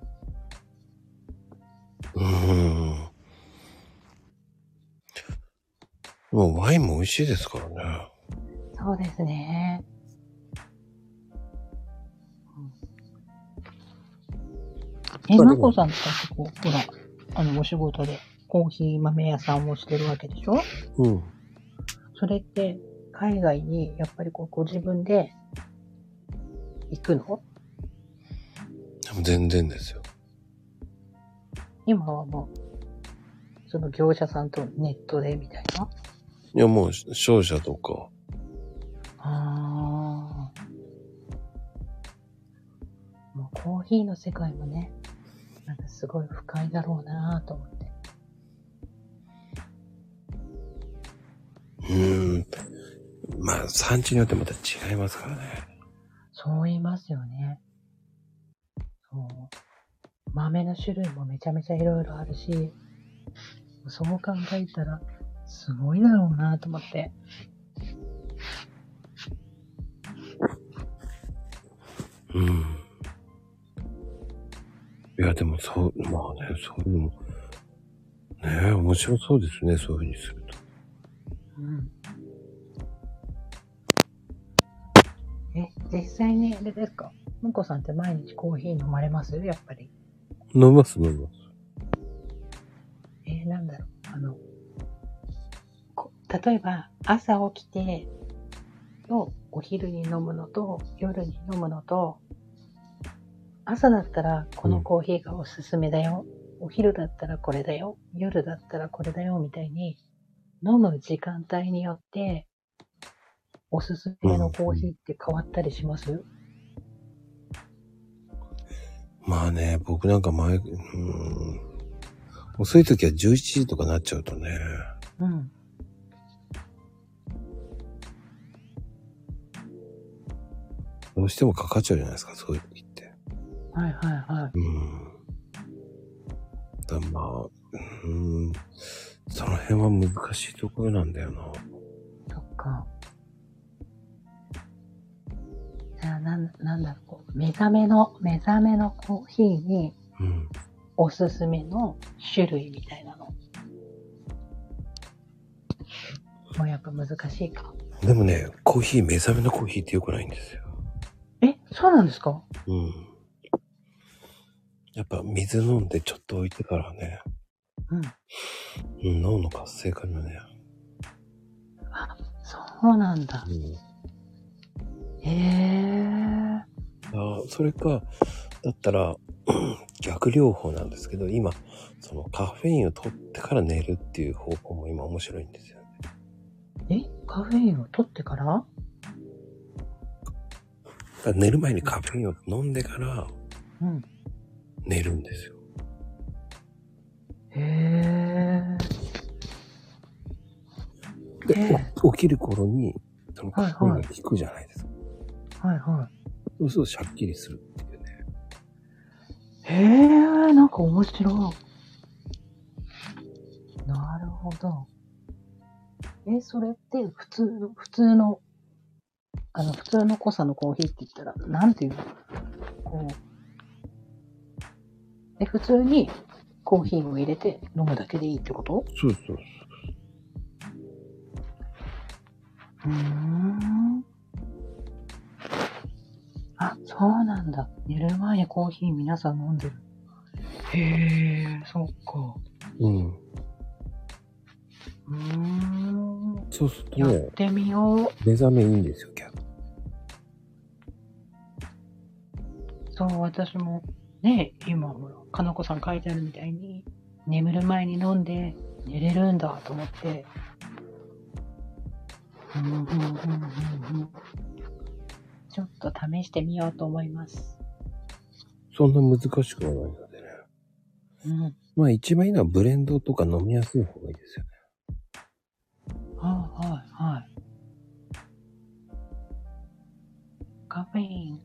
う
ん。
ーん。もうワインも美味しいですからね。
そうですね。うん、え、
まあでも
まこさんとかってこう、ほら、あの、お仕事でコーヒー豆屋さんをしてるわけでしょ
うん。
それって、海外にやっぱりこう、ご自分で行くの
でも全然ですよ。
今はもう、その業者さんとネットでみたいな。
いやもう、商社とか、
ああ。もうコーヒーの世界もね、なんかすごい深いだろうなぁと思って。
うーん。まあ、産地によってまた違いますからね。
そう言いますよね。そう。豆の種類もめちゃめちゃいろいろあるし、そう考えたら、すごいだろうなぁと思って。
うん。いや、でもそう、まあね、そういうのも、ねえ、面白そうですね、そういうふうにすると。
うん。え、実際にあれですかむこさんって毎日コーヒー飲まれますやっぱり。
飲みます、飲みます。
えーなんだろう、あの、こ例えば、朝起きて、と、お昼に飲むのと、夜に飲むのと、朝だったらこのコーヒーがおすすめだよ。お昼だったらこれだよ。夜だったらこれだよ、みたいに、飲む時間帯によって、おすすめのコーヒーって変わったりします、
まあね、僕なんか前、うーん。遅い時は11時とかなっちゃうとね。
うん。
どうしてもかかっちゃうじゃないですか、そういう時って。
はいはいはい。
うん。だまあ、うーん。その辺は難しいところなんだよな。
そっか。じゃあ、なん、なんだろう、こう、目覚めの、目覚めのコーヒーに
うん。
おすすめの種類みたいなの。もうやっぱ難しいか。
でもね、コーヒー、目覚めのコーヒーって良くないんですよ。
え、そうなんですか
うん。やっぱ水飲んでちょっと置いてからね、
うん。
うん脳の活性化にはね、
そうなんだ。
うん
へえ。
あーそれか、だったら、 逆療法なんですけど、今、そのカフェインを取ってから寝るっていう方法も今面白いんですよね。
えカフェインを取ってから
だから寝る前にカフェインを飲んでから
うん。
寝るんですよ。
へえ。
で
え、
お起きる頃に、そのカフェインが効くじゃないですか。
はいは
そうするとシャッキリするっていうね。
い。へえ、なんか面白い。なるほど。え、それって普通の、普通の、あの、普通の濃さのコーヒーって言ったら、なんていうのこう。え、普通にコーヒーを入れて飲むだけでいいってこと
そうそう
うーん。あ、そうなんだ。寝る前にコーヒー皆さん飲んでる。へえ、そっか。
そう。うん。
うーん。
そうすると
やっ
ね、
てみよう。
目覚めいいんですよ、逆に
そう、私も、ね、今ほら、かなこさん書いてあるみたいに、眠る前に飲んで寝れるんだと思って。うん、うん、うん、うん、うん。ちょっと試してみようと思います。
そんな難しくはないのでね。
うん。
まあ一番いいのはブレンドとか飲みやすい方がいいですよね。
はいはいはい。カフェイン。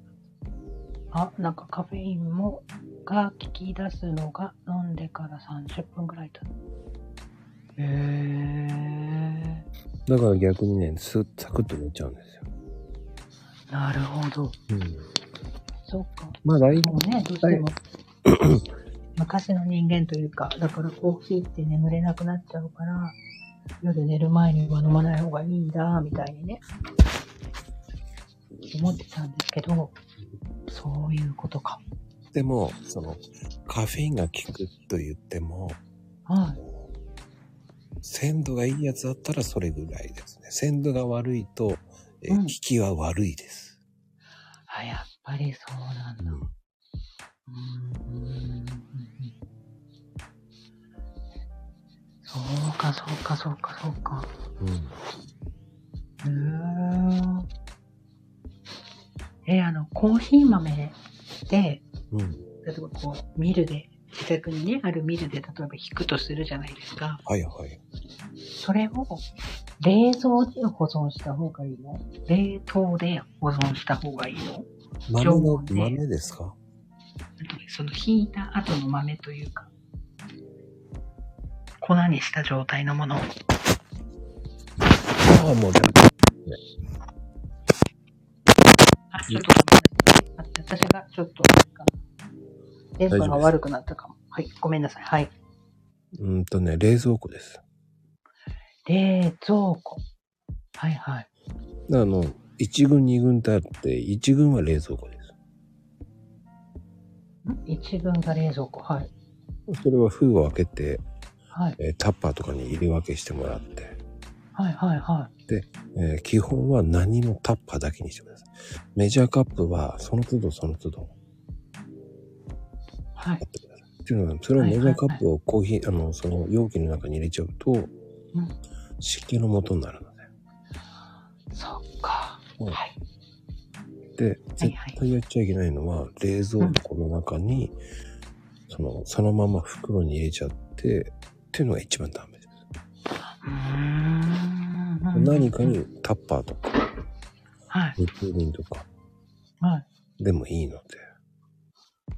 あ、なんかカフェインも、が効き出すのが飲んでから30分ぐらい経つ。へえ。
だから逆にね、スッ、サクッと寝ちゃうんですよ。
なるほど。
うん。
そうか。
まあ大
もうね、どうしても。昔の人間というか、だからコーヒーって眠れなくなっちゃうから、夜寝る前には飲まない方がいいんだ、みたいにね、思ってたんですけど、そういうことか。
でも、その、カフェインが効くと言っても、
はい。
鮮度がいいやつだったらそれぐらいですね。鮮度が悪いと、え
うん
効きは悪いです。
あ、やっぱりそうなんだ。
うん
うーんそうか、そうか、そうか、そうか。うーんえ、あの、コーヒー豆で、
うん。うん。
例えばこう、ミルで、自宅にね、あるミルで、例えば引くとするじゃないですか。
はいはい。
それを、冷蔵で保存した方がいいの冷凍で保存した方がいいの
豆の
今、日もね
豆ですか
その引いた後の豆というか、粉にした状態のもの。
ああ、もう、
あ、ちょっとごめんなさい。私がちょっと、電波
大丈夫
が
です
悪くなったかも。はい、ごめんなさい。はい。
うーんとね、冷蔵庫です。
冷蔵庫。はいはい。
あの、1軍、2軍ってあって、1軍は冷蔵庫です。
ん一軍が冷蔵庫。はい。
それは封を開けて、
はい。
えータッパーとかに入り分けしてもらって、
はいはいはい。
えー基本は何もタッパーだけにしてください。メジャーカップはその都度その都度
は
買。
い
ってください。っていうのは、それをメジャーカップをコーヒー、あの、その容器の中に入れちゃうと、湿気の元になるの
そっか。
うん
はい。
で。で、絶対やっちゃいけないのは、冷蔵庫の中に、その、そのまま袋に入れちゃって、っていうのが一番ダメです。
うーん。
何か。にタッパーとか、
はい。
リプリンとか
はい。
でもいいので。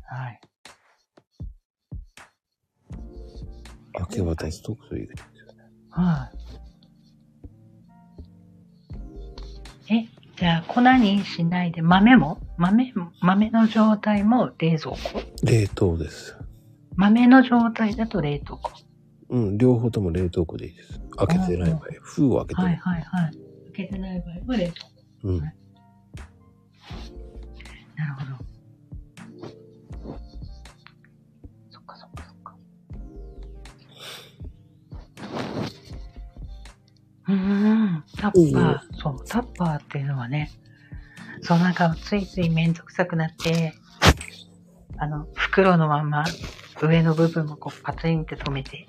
はい。
明け渡すとそういう。
はい。え、じゃあ粉にしないで豆も豆も、豆の状態も冷蔵庫
冷凍です。
豆の状態だと冷凍庫。
うん、両方とも冷凍庫でいいです。開けてない場合、封を開けて
は
ないい。
はいはい。開けてない場合は冷凍庫。
うん。
なるほど。そっかそっかそっか。うーん、タッパー、そう、タッパーっていうのはね、そうなんかついついめんどくさくなって、あの、袋のまま、上の部分をこうパチンって止めて、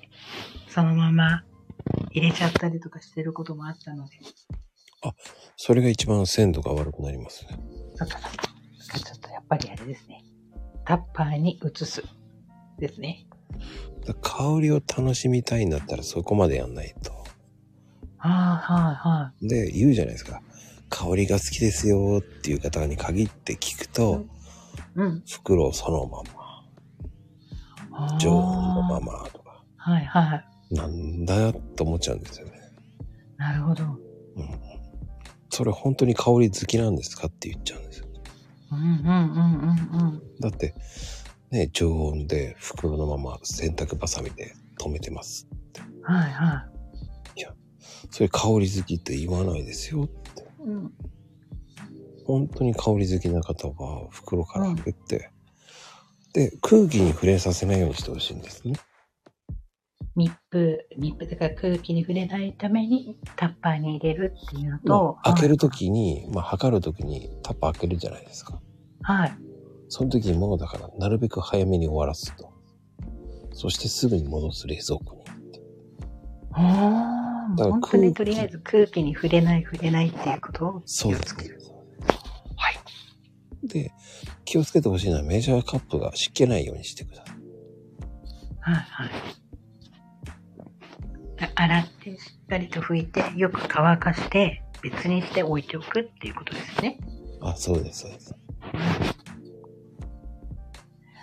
そのまま入れちゃったりとかしてることもあったので、
それが一番鮮度が悪くなりますね。
そっかそっか。ちょっとやっぱりあれですね。タッパーに移す。ですね。
だから香りを楽しみたいんだったらそこまでやんないと。
ああ、はいはい。
で、言うじゃないですか。香りが好きですよっていう方に限って聞くと、
うん。
袋をそのまま、
あー
常温のま。まとか、
はいはい。
なんだよって思っちゃうんですよね。
なるほど。
うん。それ本当に香り好きなんですかって言っちゃうんですよ。
うんうんうんうんうん。
だって、ね、常温で袋のまま洗濯バサミで止めてます。
はいは
それ香り好きって言わないですよって。
い。うん。
本当に香り好きな方は袋から開けて、で、空気に触れさせないようにしてほしいんですね。
密封、密封だから空気に触れないためにタッパーに入れるっていうのと
ま、あ開けるときに、まあ、測るときにタッパー開けるじゃないですか。
はい。はい。
その時にもうだから、なるべく早めに終わらすと。そしてすぐに戻す冷蔵庫に。
ああ、
だから
本当にと
空気
りあえず空気に触れない触れないっていうことを
そうで
気を
す
つけ
ね
る。。
はい。で、気をつけてほしいのはメジャーカップが湿気ないようにしてください。
はいはい。あ洗ってしっかりと拭いて、よく乾かして、別にして置いておくっていうことですね。
あ、そうです、そうです。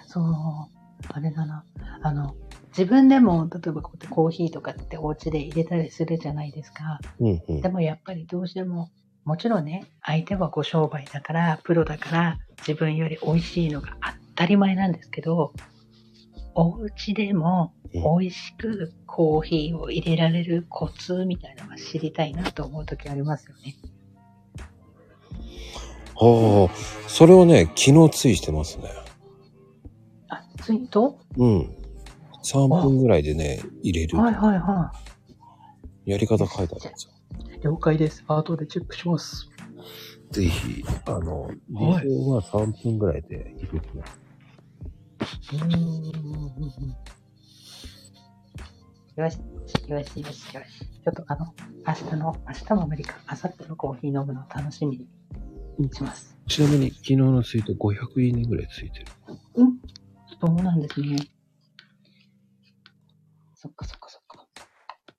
そう、あれだな。あの、自分でも、例えばこうやってコーヒーとかってお家で入れたりするじゃないですか。
うんうん
で。もやっぱりどうしても、もちろんね、相手はご商売だから、プロだから、自分より美味しいのが当たり前なんですけど、お家でも美味しくコーヒーを入れられるコツみたいなのが知りたいなと思う時ありますよね。
ああ、それをね、昨日ついしてますね。
あ、ツイート
うん。3分ぐらいでね、入れる
はいはいは
やり方書いてあるんですよ。
い。了解です。後でチェックします。
ぜひ、あの、
はい
理想は3分ぐらいで入れてます。
うーん。よし、よし、よし、よし。ちょっとあの、明日の、明日も無理か、明後日のコーヒー飲むの楽しみにします。
ちなみに、昨日のツイート500いいねぐらいついてる。
うん。そうなんですね。そっかそっかそっか。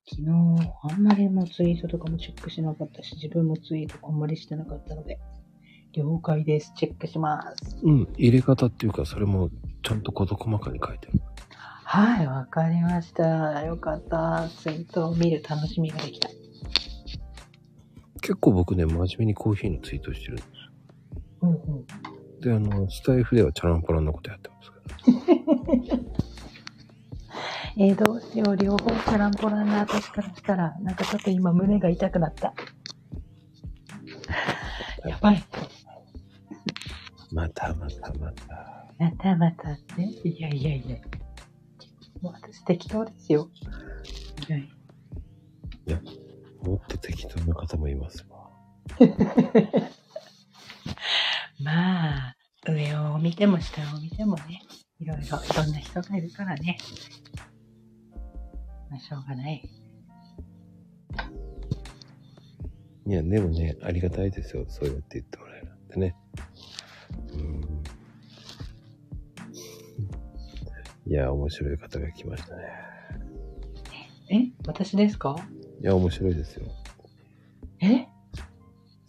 昨日、あんまりもうツイートとかもチェックしなかったし、自分もツイートあんまりしてなかったので、了解です。チェックします。
うん、入れ方っていうか、それもちゃんと事細かに書いてある。
はい、わかりました。よかった。ツイートを見る楽しみができた。
結構僕ね、真面目にコーヒーのツイートしてる。
うんうん。
で、あの、スタイフではチャランポランなことやってますけど。
えー、どうしよう。両方チャランポランな私からしたら、なんかちょっと今胸が痛くなった。やばい。
またまたまた。
またまたね。いやいやいや。もう私適当ですよ。いやい
もっと適当な方もいますわ。
やまあ、上を見ても下を見てもね、いろいろ、いろんな人がいるからね。まあ、しょうがない。
いや、でもね、ありがたいですよ。そうやって言ってもらえるなんてね。うん。いや、面白い方が来ましたね。
え私ですか
いや、面白いですよ。
え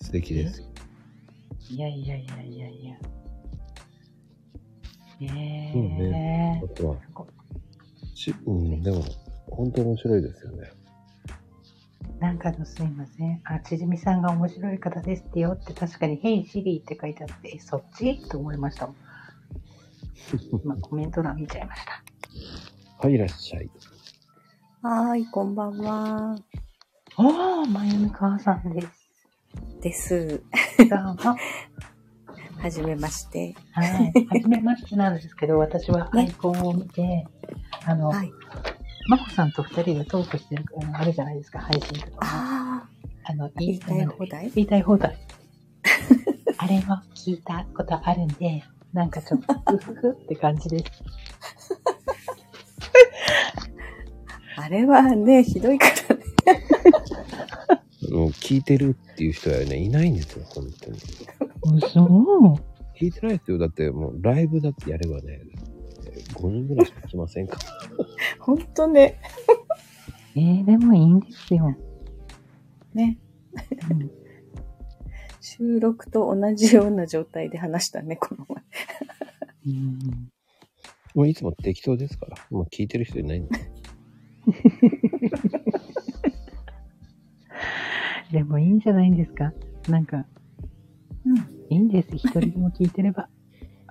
素敵ですよ。
いやいやいやいやいや。ねえ。
そうねあとは、し、うん、でも、本当面白いですよね。
なんかのすいません。あ、ちじみさんが面白い方ですってよって確かに、ヘイシリーって書いてあって、えそっちと思いましたもん。今コメント欄見ちゃいました。
はい、いらっしゃい。
はーい、こんばんは。
おー、まゆみ母さんです。
です。
どうも。は
はじめまして。
い。はじめましてなんですけど、私はアイコンを見て、あの、
はい。
まこさんと二人でトークしてるあのあるじゃないですか、配信とか。
あ
あの、
言いたい放題
言いたい放題。あれは聞いたことあるんで、なんかちょっと、うふふって感じです。
あれはね、ひどいからね。
もう聞いてるっていう人はね、いないんですよ、本当に。
嘘
聞いてないですよ。だってもうライブだってやればね、5人ぐらいしか来ませんか。
ほんとね。
えー、でもいいんです よ。
ね。
うん
収録と同じような状態で話したね、この前。
うん
もういつも適当ですから。もう聞いてる人いないんで。
でもいいんじゃないんですかなんか、
う
いいんです。一人でも聞いてれば。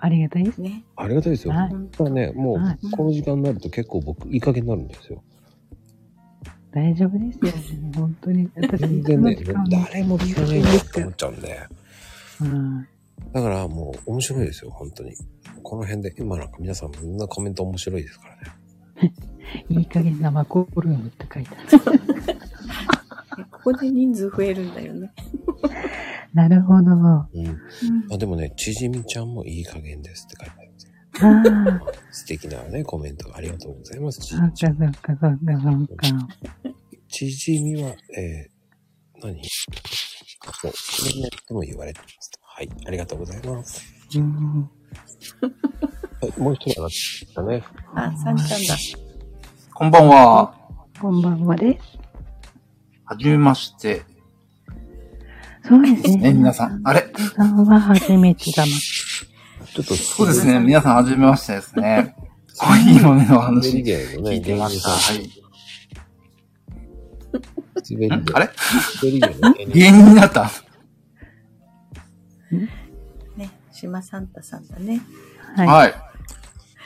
ありがたいです。
ん。ね。
ありがたいですよ。
はい
だからね、も
はいう
この時間になると結構僕、いい加減になるんですよ。
大丈夫ですよ、ね。本当に。私、
全
いつ
然
の
ね
時間、も
誰も聞かないんだって思っちゃうんで。
うん
だからもう面白いですよ、本当に。この辺で、今なんか皆さんみんなコメント面白いですからね。
いい加減なマコルームって書いてある。
えここで人数増えるんだよね。
なるほど。あ
うん。
うん
あでもね、ちじみちゃんもいい加減ですって書いてあります。
あ、なんか
素敵なね、コメントありがとうございます。ち
そっかそっかそっか。
ちじみは、えー、何そう、それね、とも言われてます。はい、ありがとうございます。
うん
はい、もう一人上がってきたね。
あ、さんちゃんだ。
こんばんは。
こんばんはです。
はじめまして。
そうです
ね、
ね。
皆さん。あれ
さんは初めてだま。
ちょっと、
そうですね、皆さんはじめましてですね。コイン豆の
滑り
話、
芸のね、
聞いてました。はい。
芸人
ん
さ
あ
ん。
れ
滑り芸。滑り芸の芸人
芸人になった
ね。島サンタさんだね。
はい。
はい。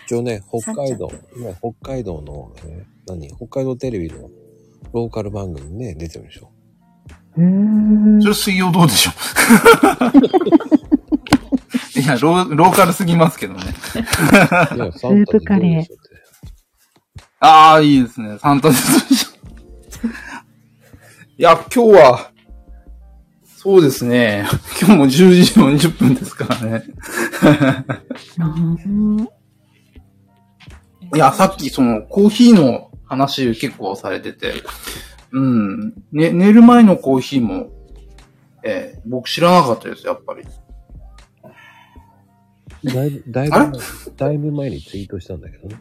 一応ね、北海道、ね、北海道の、えー何北海道テレビのローカル番組にね、出てるでし ょ。
うーん
そ。れ水曜どうでしょう いやロー、ローカルすぎますけどね。
いや、サンタでどうでしょうって
ああ、いいですね。サンタでしょいや、今日は、そうですね。今日も10時40分ですからね。
うん
いや、さっきそのコーヒーの話結構されてて、うん。ね、寝る前のコーヒーも、えー僕知らなかったです、やっぱり。
だいぶ、だいぶ
あれ
前、だいぶ前にツイートしたんだけどね。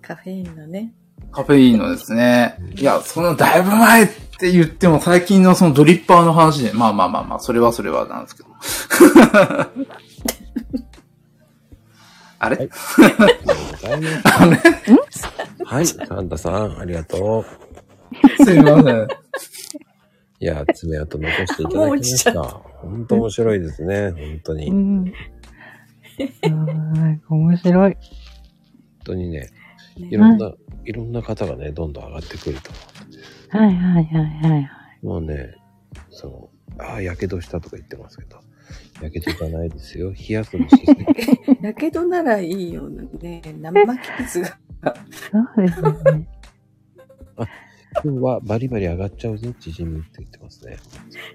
カフェインのね。
カフェインのですね。いや、そのだいぶ前って言っても最近のそのドリッパーの話で、まあまあまあまあ、それはそれはなんですけ ど。あれ、
だいぶ
あれ
はい、サンタさん、ありがとう。
すいません。
いや、爪痕残していただきました。本当面白いですね、本当に。
う
本
ん。うんなんか面白い。
当にね、い
ね
ろんな、いろんな方がね、どんどん上がってくると。
はいはいはいはい。
もうね、その、ああ、やけどしたとか言ってますけど、やけどじゃないですよ。冷やすのしすぎ
やけどならいいよね。生傷が。
そうですよね。
今日はバリバリ上がっちゃうぞ、縮むって言ってますね。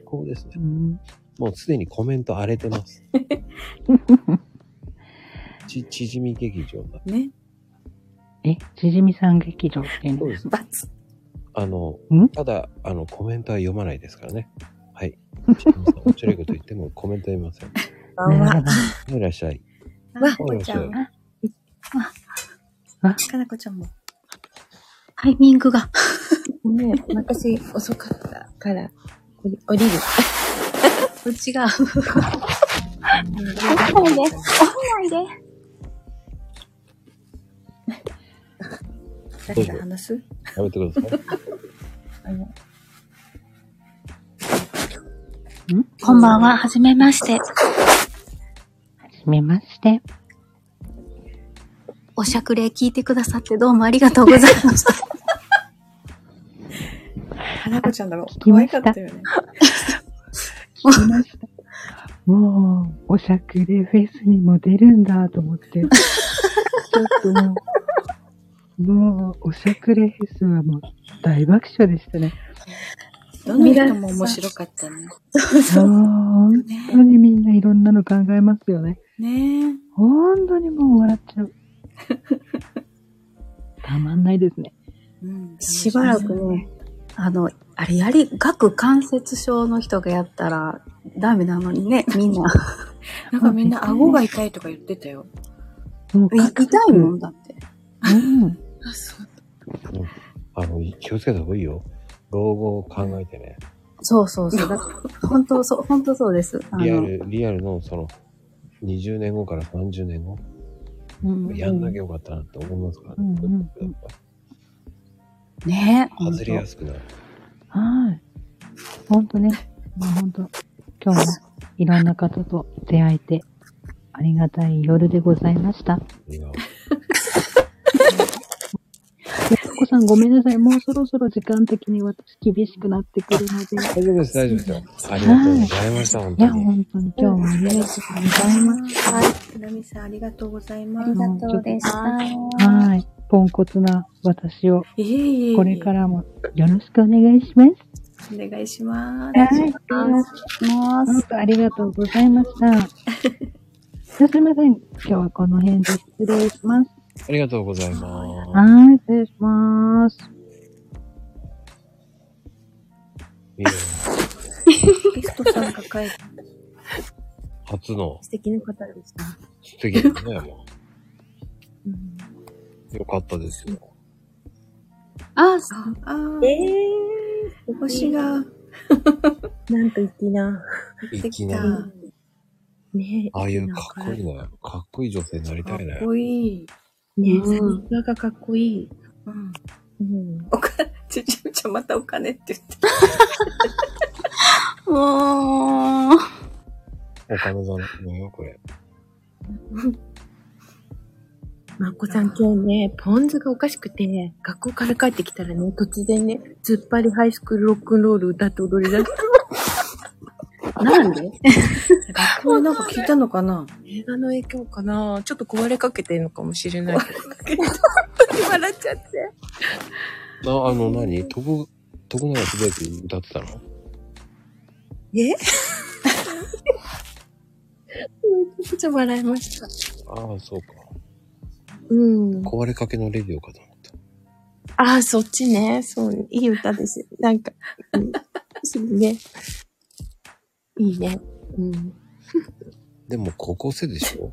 こうですね
う。ん
もうすでにコメント荒れてます。ち、縮み劇場だ。
ね。
え、ちじみさん劇場っていう
そ
の
うです。
バツ。
あの
ん、
ただ、あの、コメントは読まないですからね。 はい。縮みさん面白いこと言ってもコメント読みません。
こんばん
なる
は
ほ。
はい
ど
いらっしゃい。
わ、
こ
こ
ん
ち
ち
ゃ
ゃ
ん
ん。
あ
かなこちゃんも。
タイミングが。
ごめん、私遅かったから、降り降りる。
こっちが。起きないで。起きないで。
誰が話す
やめてください。
こんばんは。はじめまして。
はじめまして。
おしゃくれ聞いてくださってどうもありがとうございました。
かなこちゃんだろ
聞。き
可
ま
愛
し
か
た
ったよね。
もう、おしゃくれフェスにも出るんだと思 って。ちょっともう、もう、おしゃくれフェスはもう大爆笑でしたね。
どの人も面白かったね。
そう本当にみんないろんなの考えますよね。
ね
本当にもう笑っち ゃう。たまんないですね。
え。うん
しばらくね、あの、あれやり、顎関節症の人がやったらダメなのにね、みんな。
なんかみんな顎が痛いとか言ってたよ。
もう
い痛いも
ん。
んだって。
うん。
あ、そう。
あの、気をつけた方がいいよ。老後を考えてね。
そうそうそう。だから本当そう、本当そうです。あ
リア
の、
ル、リアルのその、20年後から30年後、
うん
やんなきゃよかったなって思いますから
うんうん
ね。
うん
ねえ。
外れやすくなる。
はい。ほんとね。まあほんと。今日もいろんな方と出会えて、ありがたい夜でございました。
いや
でここさんごめんなさい。もうそろそろ時間的に私厳しくなってくるので。
大丈夫です、大丈夫ですよ。ありがとうございました、本
い
当
や、
に。
本当に今日もありがとうございます。
はい。なみさん、ありがとうございま
あり
す。
がとうでした。
はい。ポンコツな私を、
いえいえいえ。
これからもよろしくお願いします。
お願いします。
はい。
ま
本当ありがとうございま した。すいません。今日はこの辺で失礼します。
ありがとうございます。
はい、失礼します。
いや
ゲストさんが帰って、
初の
素敵な方でした。
素敵だ ね、もう。よかったですよ。
あ、
あー、
ええ
星が
なんと粋な。
で
いき
き
な
た。
り。
か
ね
ああいうかっこいいね。かっこいい女性になりたいね
っ。こいい。
ね
うん
さすががかっこいい。
うん。
うん。
おか、ちちみちゃんまたお金って言って。
もう、
お金じゃないよ、これ。
まこさん今日ね、ポン酢がおかしくて、学校から帰ってきたらね、突然ね、突っ張りハイスクールロックンロール歌って踊り出した。
なんで
学校なんか聞いたのかな
映画の影響かなちょっと壊れかけてるのかもしれないけど。笑っちゃって。
な、あの、何徳、徳永秀明歌ってたの
えめちゃくちゃ笑いました。
ああ、そうか。
うん。
壊れかけのレディオかと思った。
ああ、そっちね。そう、いい歌ですよ。なんか、うんすぐね。いいね。うん。
でも、高校生でし ょ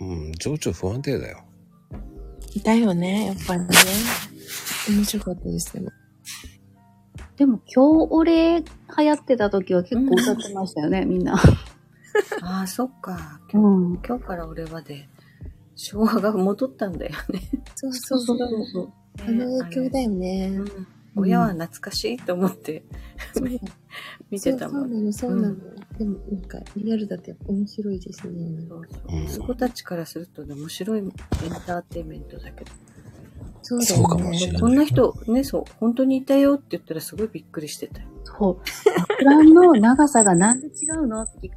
うん、情緒不安定だよ。
だよね、やっぱりね。面白かったです、でも。
でも今日俺流行ってた時は結構歌ってましたよね、みんな。
ああ、そっか。
うん。
今日から俺はで、昭和が戻ったんだよね。
そうそうそう。
そう。
あの影響だよ
う
ね。
ん親は懐かしいと思って
そう
見てたもん。
そうそうなの、そうなの。でも、なんか、リアルだとやっぱ面白いですね。
そう
う
そ
ん
う。そこたちからするとね、面白いエンターテインメントだけど。
そうだよね。
そうかもしれない
こんな人、ね、そう、本当にいたよって言ったらすごいびっくりしてたよ。
そう。桜の長さがなんで違うのって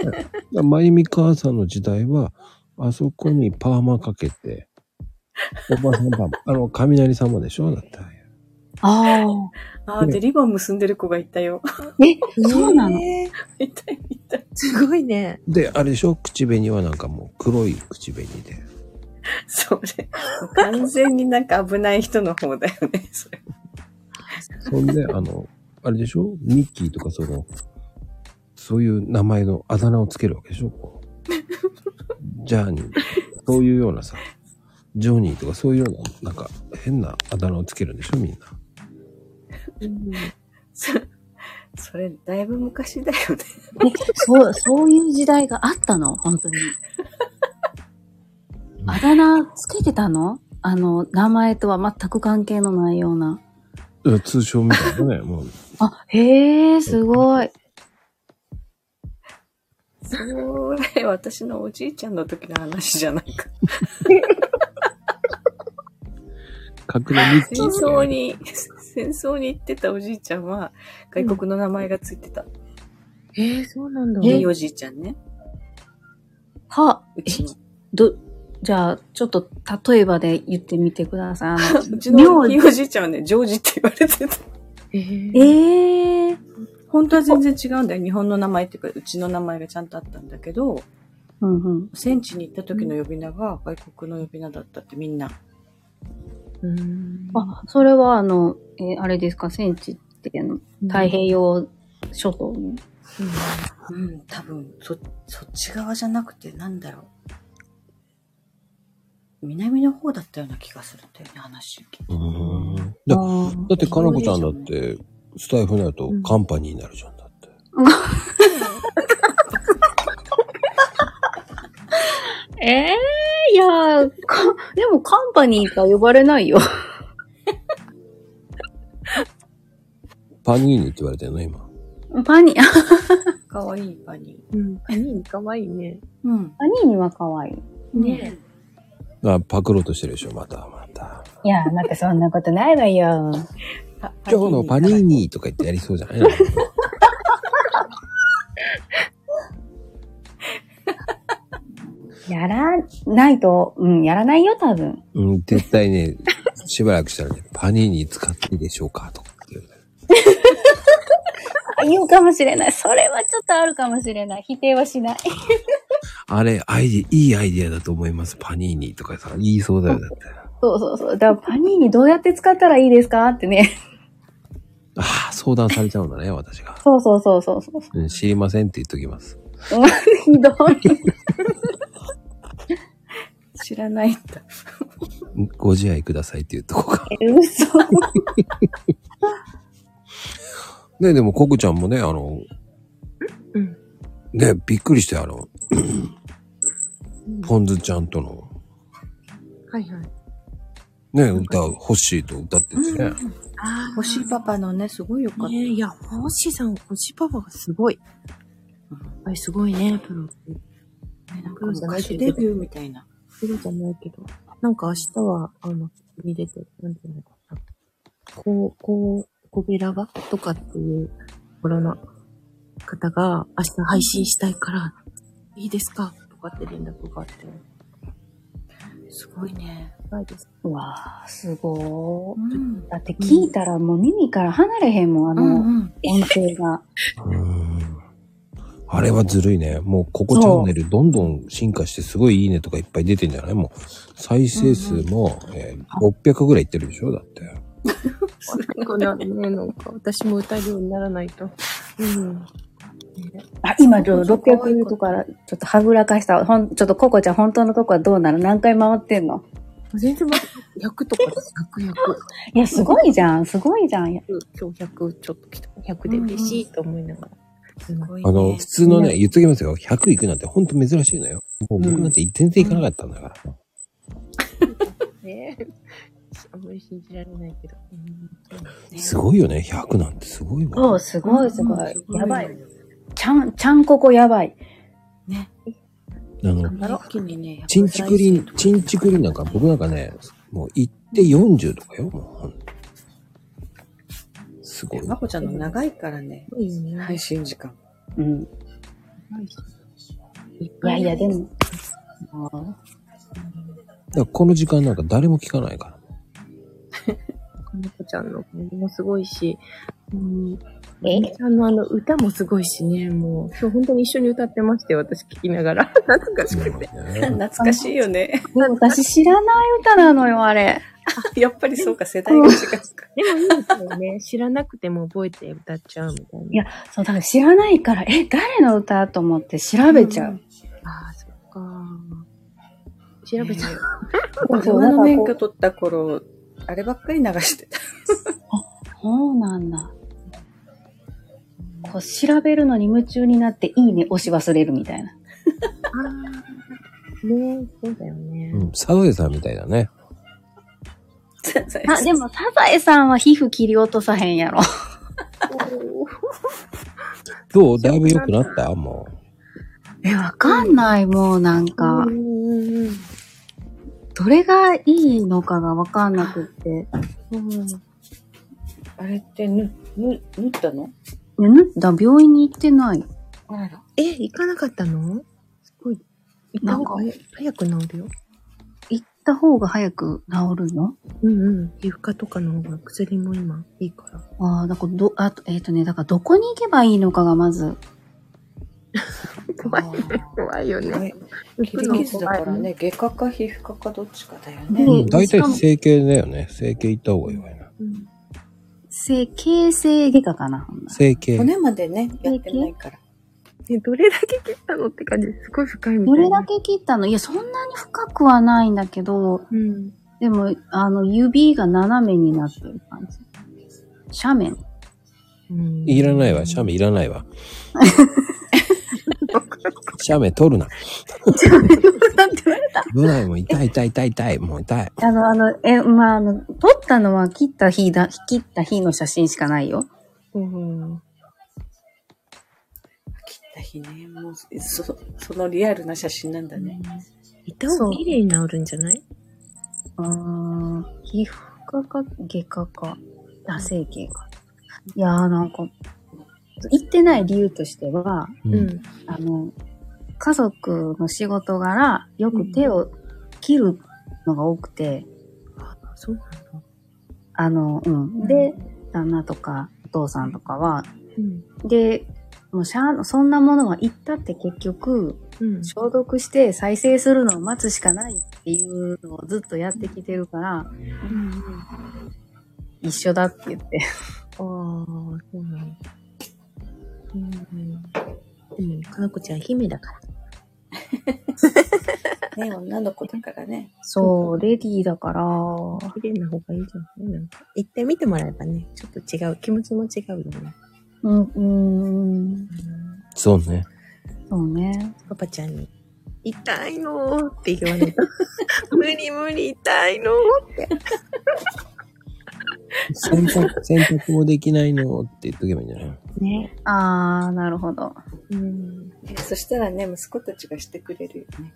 聞く。
まゆみ母さんの時代は、あそこにパーマかけて、おばさんパーマ、あの、雷様でしょだって。
あ
ああ、で、リボン結んでる子がい たよ。
あ。 え、そうなの
えー
いたいたい。
すごいね。
で、あれでしょ口紅はなんかもう黒い口紅で。
それ。完全になんか危ない人の方だよね、それ。
そん で、あの、あれでしょミッキーとかその、そういう名前のあだ名をつけるわけでしょこう。ジャーニー。そういうようなさ、ジョニーとかそういうような、なんか変なあだ名をつけるんでしょみんな。
うん
そそれ、だいぶ昔だよね。
え、そう、そういう時代があったの本当に。あだ名つけてたのあの、名前とは全く関係のないような。
だから通称みたいな ね、もう。
あ、へえ、すごい。
それ、私のおじいちゃんの時の話じゃないか。
隠れミッキ
戦
ーとか
争
ね。
に、戦争に行ってたおじいちゃんは、外国の名前がついてた。
えー、そうなんだ。
いいおじいちゃんね。
は、
うちの。
ど、じゃあ、ちょっと、 例えばで言ってみてください。あの、
うちのひいおじいちゃんはね、ジョージって言われてた。
えー
ええー。
本当は全然違うんだよ。日本の名前っていうか、うちの名前がちゃんとあったんだけど、
うんうん。
戦地に行った時の呼び名が外国の呼び名だったってみんな。
うーん
あ、それはあの、えーあれですか、戦地ってあの、太平洋諸島の。
うん、多分、そ、そっち側じゃなくて、なんだろう。南の方だったような気がするんだよね、話。
うん。だだって、かなこちゃんだって、スタイフになると
うん
カンパニーになるじゃん、だって。
ええー、いやーか、でもカンパニーとは呼ばれないよ。
パニーニって言われてるの、今。
パニ、あ
かわいいパニ
うん。パニーニかわいいね。
ー。うん。
パニーニは可愛い。
ね
あ、パクろうとしてるでしょ、また、また。
いやー、なんかそんなことないわよ。
今日のパニーニとか言ってやりそうじゃ ないの
やらないと、うん、やらないよ、多分。
うん、絶対ね、しばらくしたらね、パニーニ使っていいでしょうかとか言うね。
あ言うかもしれない。それはちょっとあるかもしれない。否定はしない。
あれ、アイディ、いいアイディアだと思います、パニーニとかさ、言いそうだよ、だって。
そうそうそう。だからパニーニどうやって使ったらいいですかってね。
ああ、相談されちゃうんだね、私が。
そうそうそうそうそう。
うん、知りませんって言っときます。
ひどい。
知らないんだ。
ご自愛くださいって言っとこうか。
嘘。
ね、でも、コクちゃんもね、あの、
うん。
ね、びっくりして、あの、ポンズちゃんとの、
はいはい。
ね、歌、欲しいと歌ってるしね。
ああ
星パパのね、すごいよかった。
ねえ、いや、星さん、星パパがすごい。やっぱりすごいね、プロって。
なんか
プロじゃない
昔
け
デ
ど、
ビューみたいな。
プロじゃないけど。なんか明日は、あの、見れて、なんていうのかな。こう、こう、コベラバとかっていう、この方が、明日配信したいから、いいですかとかって連絡があって、
すごいね。
ないです。
うわあ、すごー。
ん。
だって聞いたらもう耳から離れへんもん、あ
う
の、
んうん。
音声が。
うんあれはずるいね。もう、ここチャンネルどんどん進化して、すごいいいねとかいっぱい出てんじゃないもう、再生数も、えー600ぐらいいってるでしょだって。
こんなね、なんか、私も歌えるようにならないと。うん。
あ、今、ちょっと600とから、ちょっとはぐらかした。ほん、ちょっとココちゃん本当のとこはどうなの何回回ってんの
全然まだ100とかです。100、100。
いや、すごいじゃん、すごいじゃん。いや
今日100ちょっと来た。100で嬉しいと思いながら。す
すごいね。
あの、普通のね、言っときますよ。100行くなんてほんと珍しいのよ。もう僕なんて全然行かなかったんだから。
ね。あんまり信じられないけど。
ね
すごいよね。100なんてすごい
そ
わ。
う、すごい、すごい。やばい。。ちゃん、ちゃんここやばい。
あ
あ
の、
の、一気にね、
チンチクリン、チンチクリンなんか僕なんかね、もう行って40とかよ。もうほんとすごい。
まこちゃんの長いからね、
いいね。
配信時間。
うん。
いっ
い
ぱ
や
い
いや、でも、
だからこの時間なんか誰も聞かないから。
かなこちゃんの声もすごいし、うん。
え
ちゃんのあの歌もすごいしね、もう、今日本当に一緒に歌ってましたよ、私聞きながら。 懐かしくて。
ね
懐かしいよ ね。
私知らない歌なのよ、あれ。
やっぱりそうか、世代が違うか。
でもいいですよね。知らなくても覚えて歌っちゃうみたいな。
いやそう、だから知らないから、え、誰の歌と思って調べちゃう。
ああ、そっか。調べちゃう。
そうそう、
車
だ
の
から
免
こ
許
う
取った頃、あればっかり流してた。
そうなんだ。こう、調べるのに夢中になって、いいね押し忘れるみたいな。
ああ。ねそうだよね。
うん、サザエさんみたいだね。
あ、でも、サザエさんは皮膚切り落とさへんやろ。
どうだいぶ良くなったも
え、わかんない、もうなんか
う。んうん
どれがいいのかがわかんなくって。
うん。
あれって、ぬ、ぬ、縫ったの
いやぬだ病院に行ってない。
あら。
え、行かなかったのすごい。行った方が早早く治るよ。
行っした方が早く治るの
うんうん。皮膚科とかの方が薬も今いいから。
ああ、だからど、あと、えっ、とね、だからどこに行けばいいのかがまず。
怖い怖いよね。
切り傷だからね、外科か皮膚科かどっちかだよね。
うん
で
大体
しかも
整形だよね。整形行った方がいいわよな。
うん
せ、形成外科かな。ほんなら
整形。
骨までね、やってないから。
ねどれだけ切ったのって感じ。すごい深いみたい
ど
な。
れだけ切ったのいや、そんなに深くはないんだけど、
うん。
でも、あの、指が斜めになってる感じ。斜面。
うん
いらないわ。写メいらない わ。写メ取るな。
なんて言われた
部内も痛い痛い痛い痛い。もう痛い。
あの、あの、え、まあ、あの、撮ったのは切った日だ、切った日の写真しかないよ。
うん
切った日ね、もう、そ、そのリアルな写真なんだね。
痛を綺麗に治るんじゃない
あー皮膚科か外科か、あ、整形か。いやーなんか、行ってない理由としては、
う。
うんん。
あの、家族の仕事柄、よく手を切るのが多くて、
あそうなんだ。
あの、うん。で、旦那とかお父さんとかは、
うん。
で、もうしゃあそんなものは行ったって結局、
うん。
消毒して再生するのを待つしかないっていうのをずっとやってきてるから、
うんうん
一緒だって言って。
ああ、そうなんだ。うん。でも、かなこちゃん姫だから。
ね、女の子だからね。
そう、レディーだから、
綺麗な方がいいじゃん。なんか、一回見てもらえばね、ちょっと違う、気持ちも違うよね。
うん、うーん、
そうね。
そうね。
パパちゃんに、痛いのーって言わ れた。無理無理痛いのーって。
洗 濯、洗濯もできないのって言っとけばいいんじゃない
ね。
あー、なるほど。
うん。
ねそしたらね、息子たちがしてくれるよね。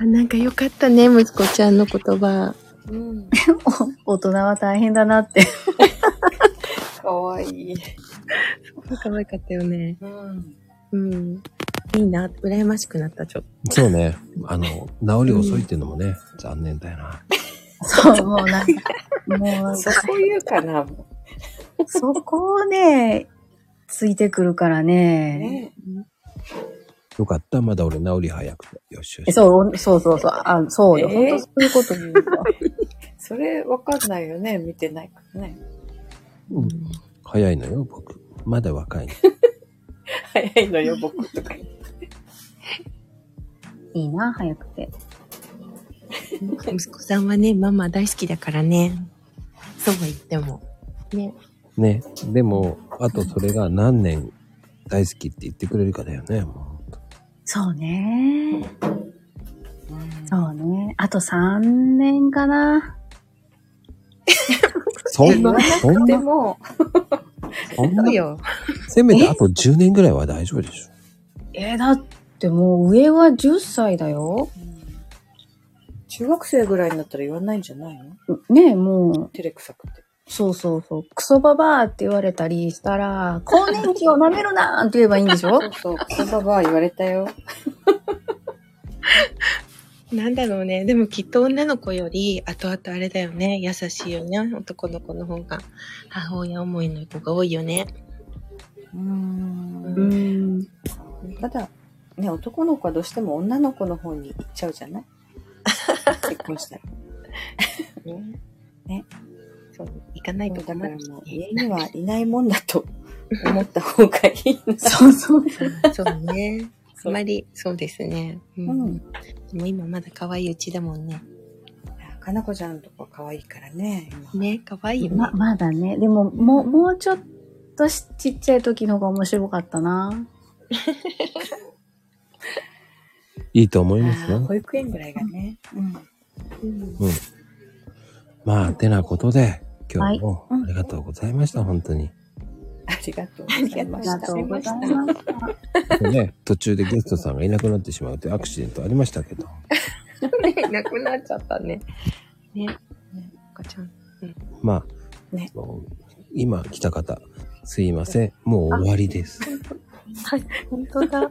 あ、なんかよかったね、息子ちゃんの言葉。
うん。
お大人は大変だなって。
かわいい。
可愛かったよね。
うん。
うん。いいな、羨ましくなった、ちょっと。
そうね。あの、治り遅いっていうのもね、残念だよな。
そう、もうなんか、もう、
そこ言うかな、も
そこをね、ついてくるから
う
ね。
ね。
よかった。まだ俺治り早くて。よしよし。
そう、そうそうそう、あそうよ。
えー
本当そういうこと言うか。
それわかんないよね、見てないからね。
うん早いのよ、僕。まだ若いの。
早い のよ、僕とか。
いいな、早くて。
息子さんはね、ママ大好きだからね。そうは言っても。ね。
ね。でも、あとそれが何年大好きって言ってくれるかだよね。もう
そうね。そうね。あと3年かな。
そん
言わ
な、
な
そん
くて
な、
も、
そんな。
よ。
せめてあと10年ぐらいは大丈夫でしょ。
えーだってもう上は10歳だよ。
中学生ぐらいになったら言わないんじゃないの
ねえ、もう、
照れくさくて。
そうそうそう。クソババアって言われたりしたら、更年期を舐めるなーって言えばいいんでし ょ
そうそう、クソババア言われたよ。
なんだろうね。でもきっと女の子より、後々あれだよね。優しいよね。男の子の方が。母親思いの子が多いよね。
うん
ん。
ただ、ね、男の子はどうしても女の子の方に行っちゃうじ ゃない結婚したら。
ね。
ね
そう、行かないと
だか
困
ら
るし
もう家にはいないもんだと思った方がいい な。
そうそう。
そうね。あ
そう
まり、そうですね。う
うん。
でも今まだ可愛いうちだもんね。
かなこちゃんとか可愛いからね、今。
ね、可愛いよね。
ま、まだね。でも、もう、もうちょっとしちっちゃい時の方が面白かったな。
いいと思います
あー
よ。
保育園ぐらいがね。うん。
うん
まあ、てなことで、今日も
はいうん
ありがとうございました、本当に。
ありがとうござい
あ
ま
り
した。
がとうございました。
ね、途中でゲストさんがいなくなってしまうというアクシデントありましたけど。
なくなっちゃったね。ね。赤ちゃん。
まあ、
ね
もう今来た方、すいません。もう終わりです。
はい、本当だ。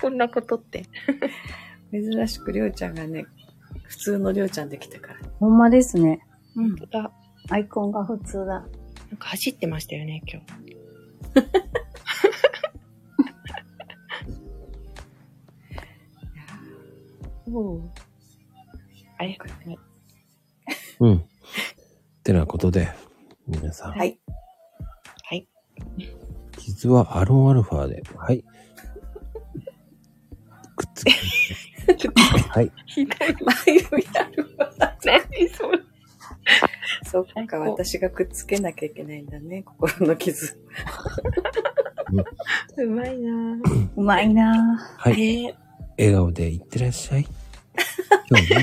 こんなことって。
珍しくりょうちゃんがね、普通のりょうちゃんできたから。
ほんまですね。
うん。
当だ。
アイコンが普通だ。
なんか走ってましたよね、今日。ありがとうございます。
うん。ってなことで、皆さん。
はい。
はい。
実はアロンアルファで、はい。くっつけ。はい。
ひどい。
まゆみアルファ。
何それ。
そっか、私がくっつけなきゃいけないんだね、心の傷。
うまいなぁ。
うまいな
はい。
ねえ
笑顔でいってらっしゃい。今日も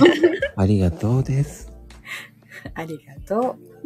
ありがとうです。
ありがとう。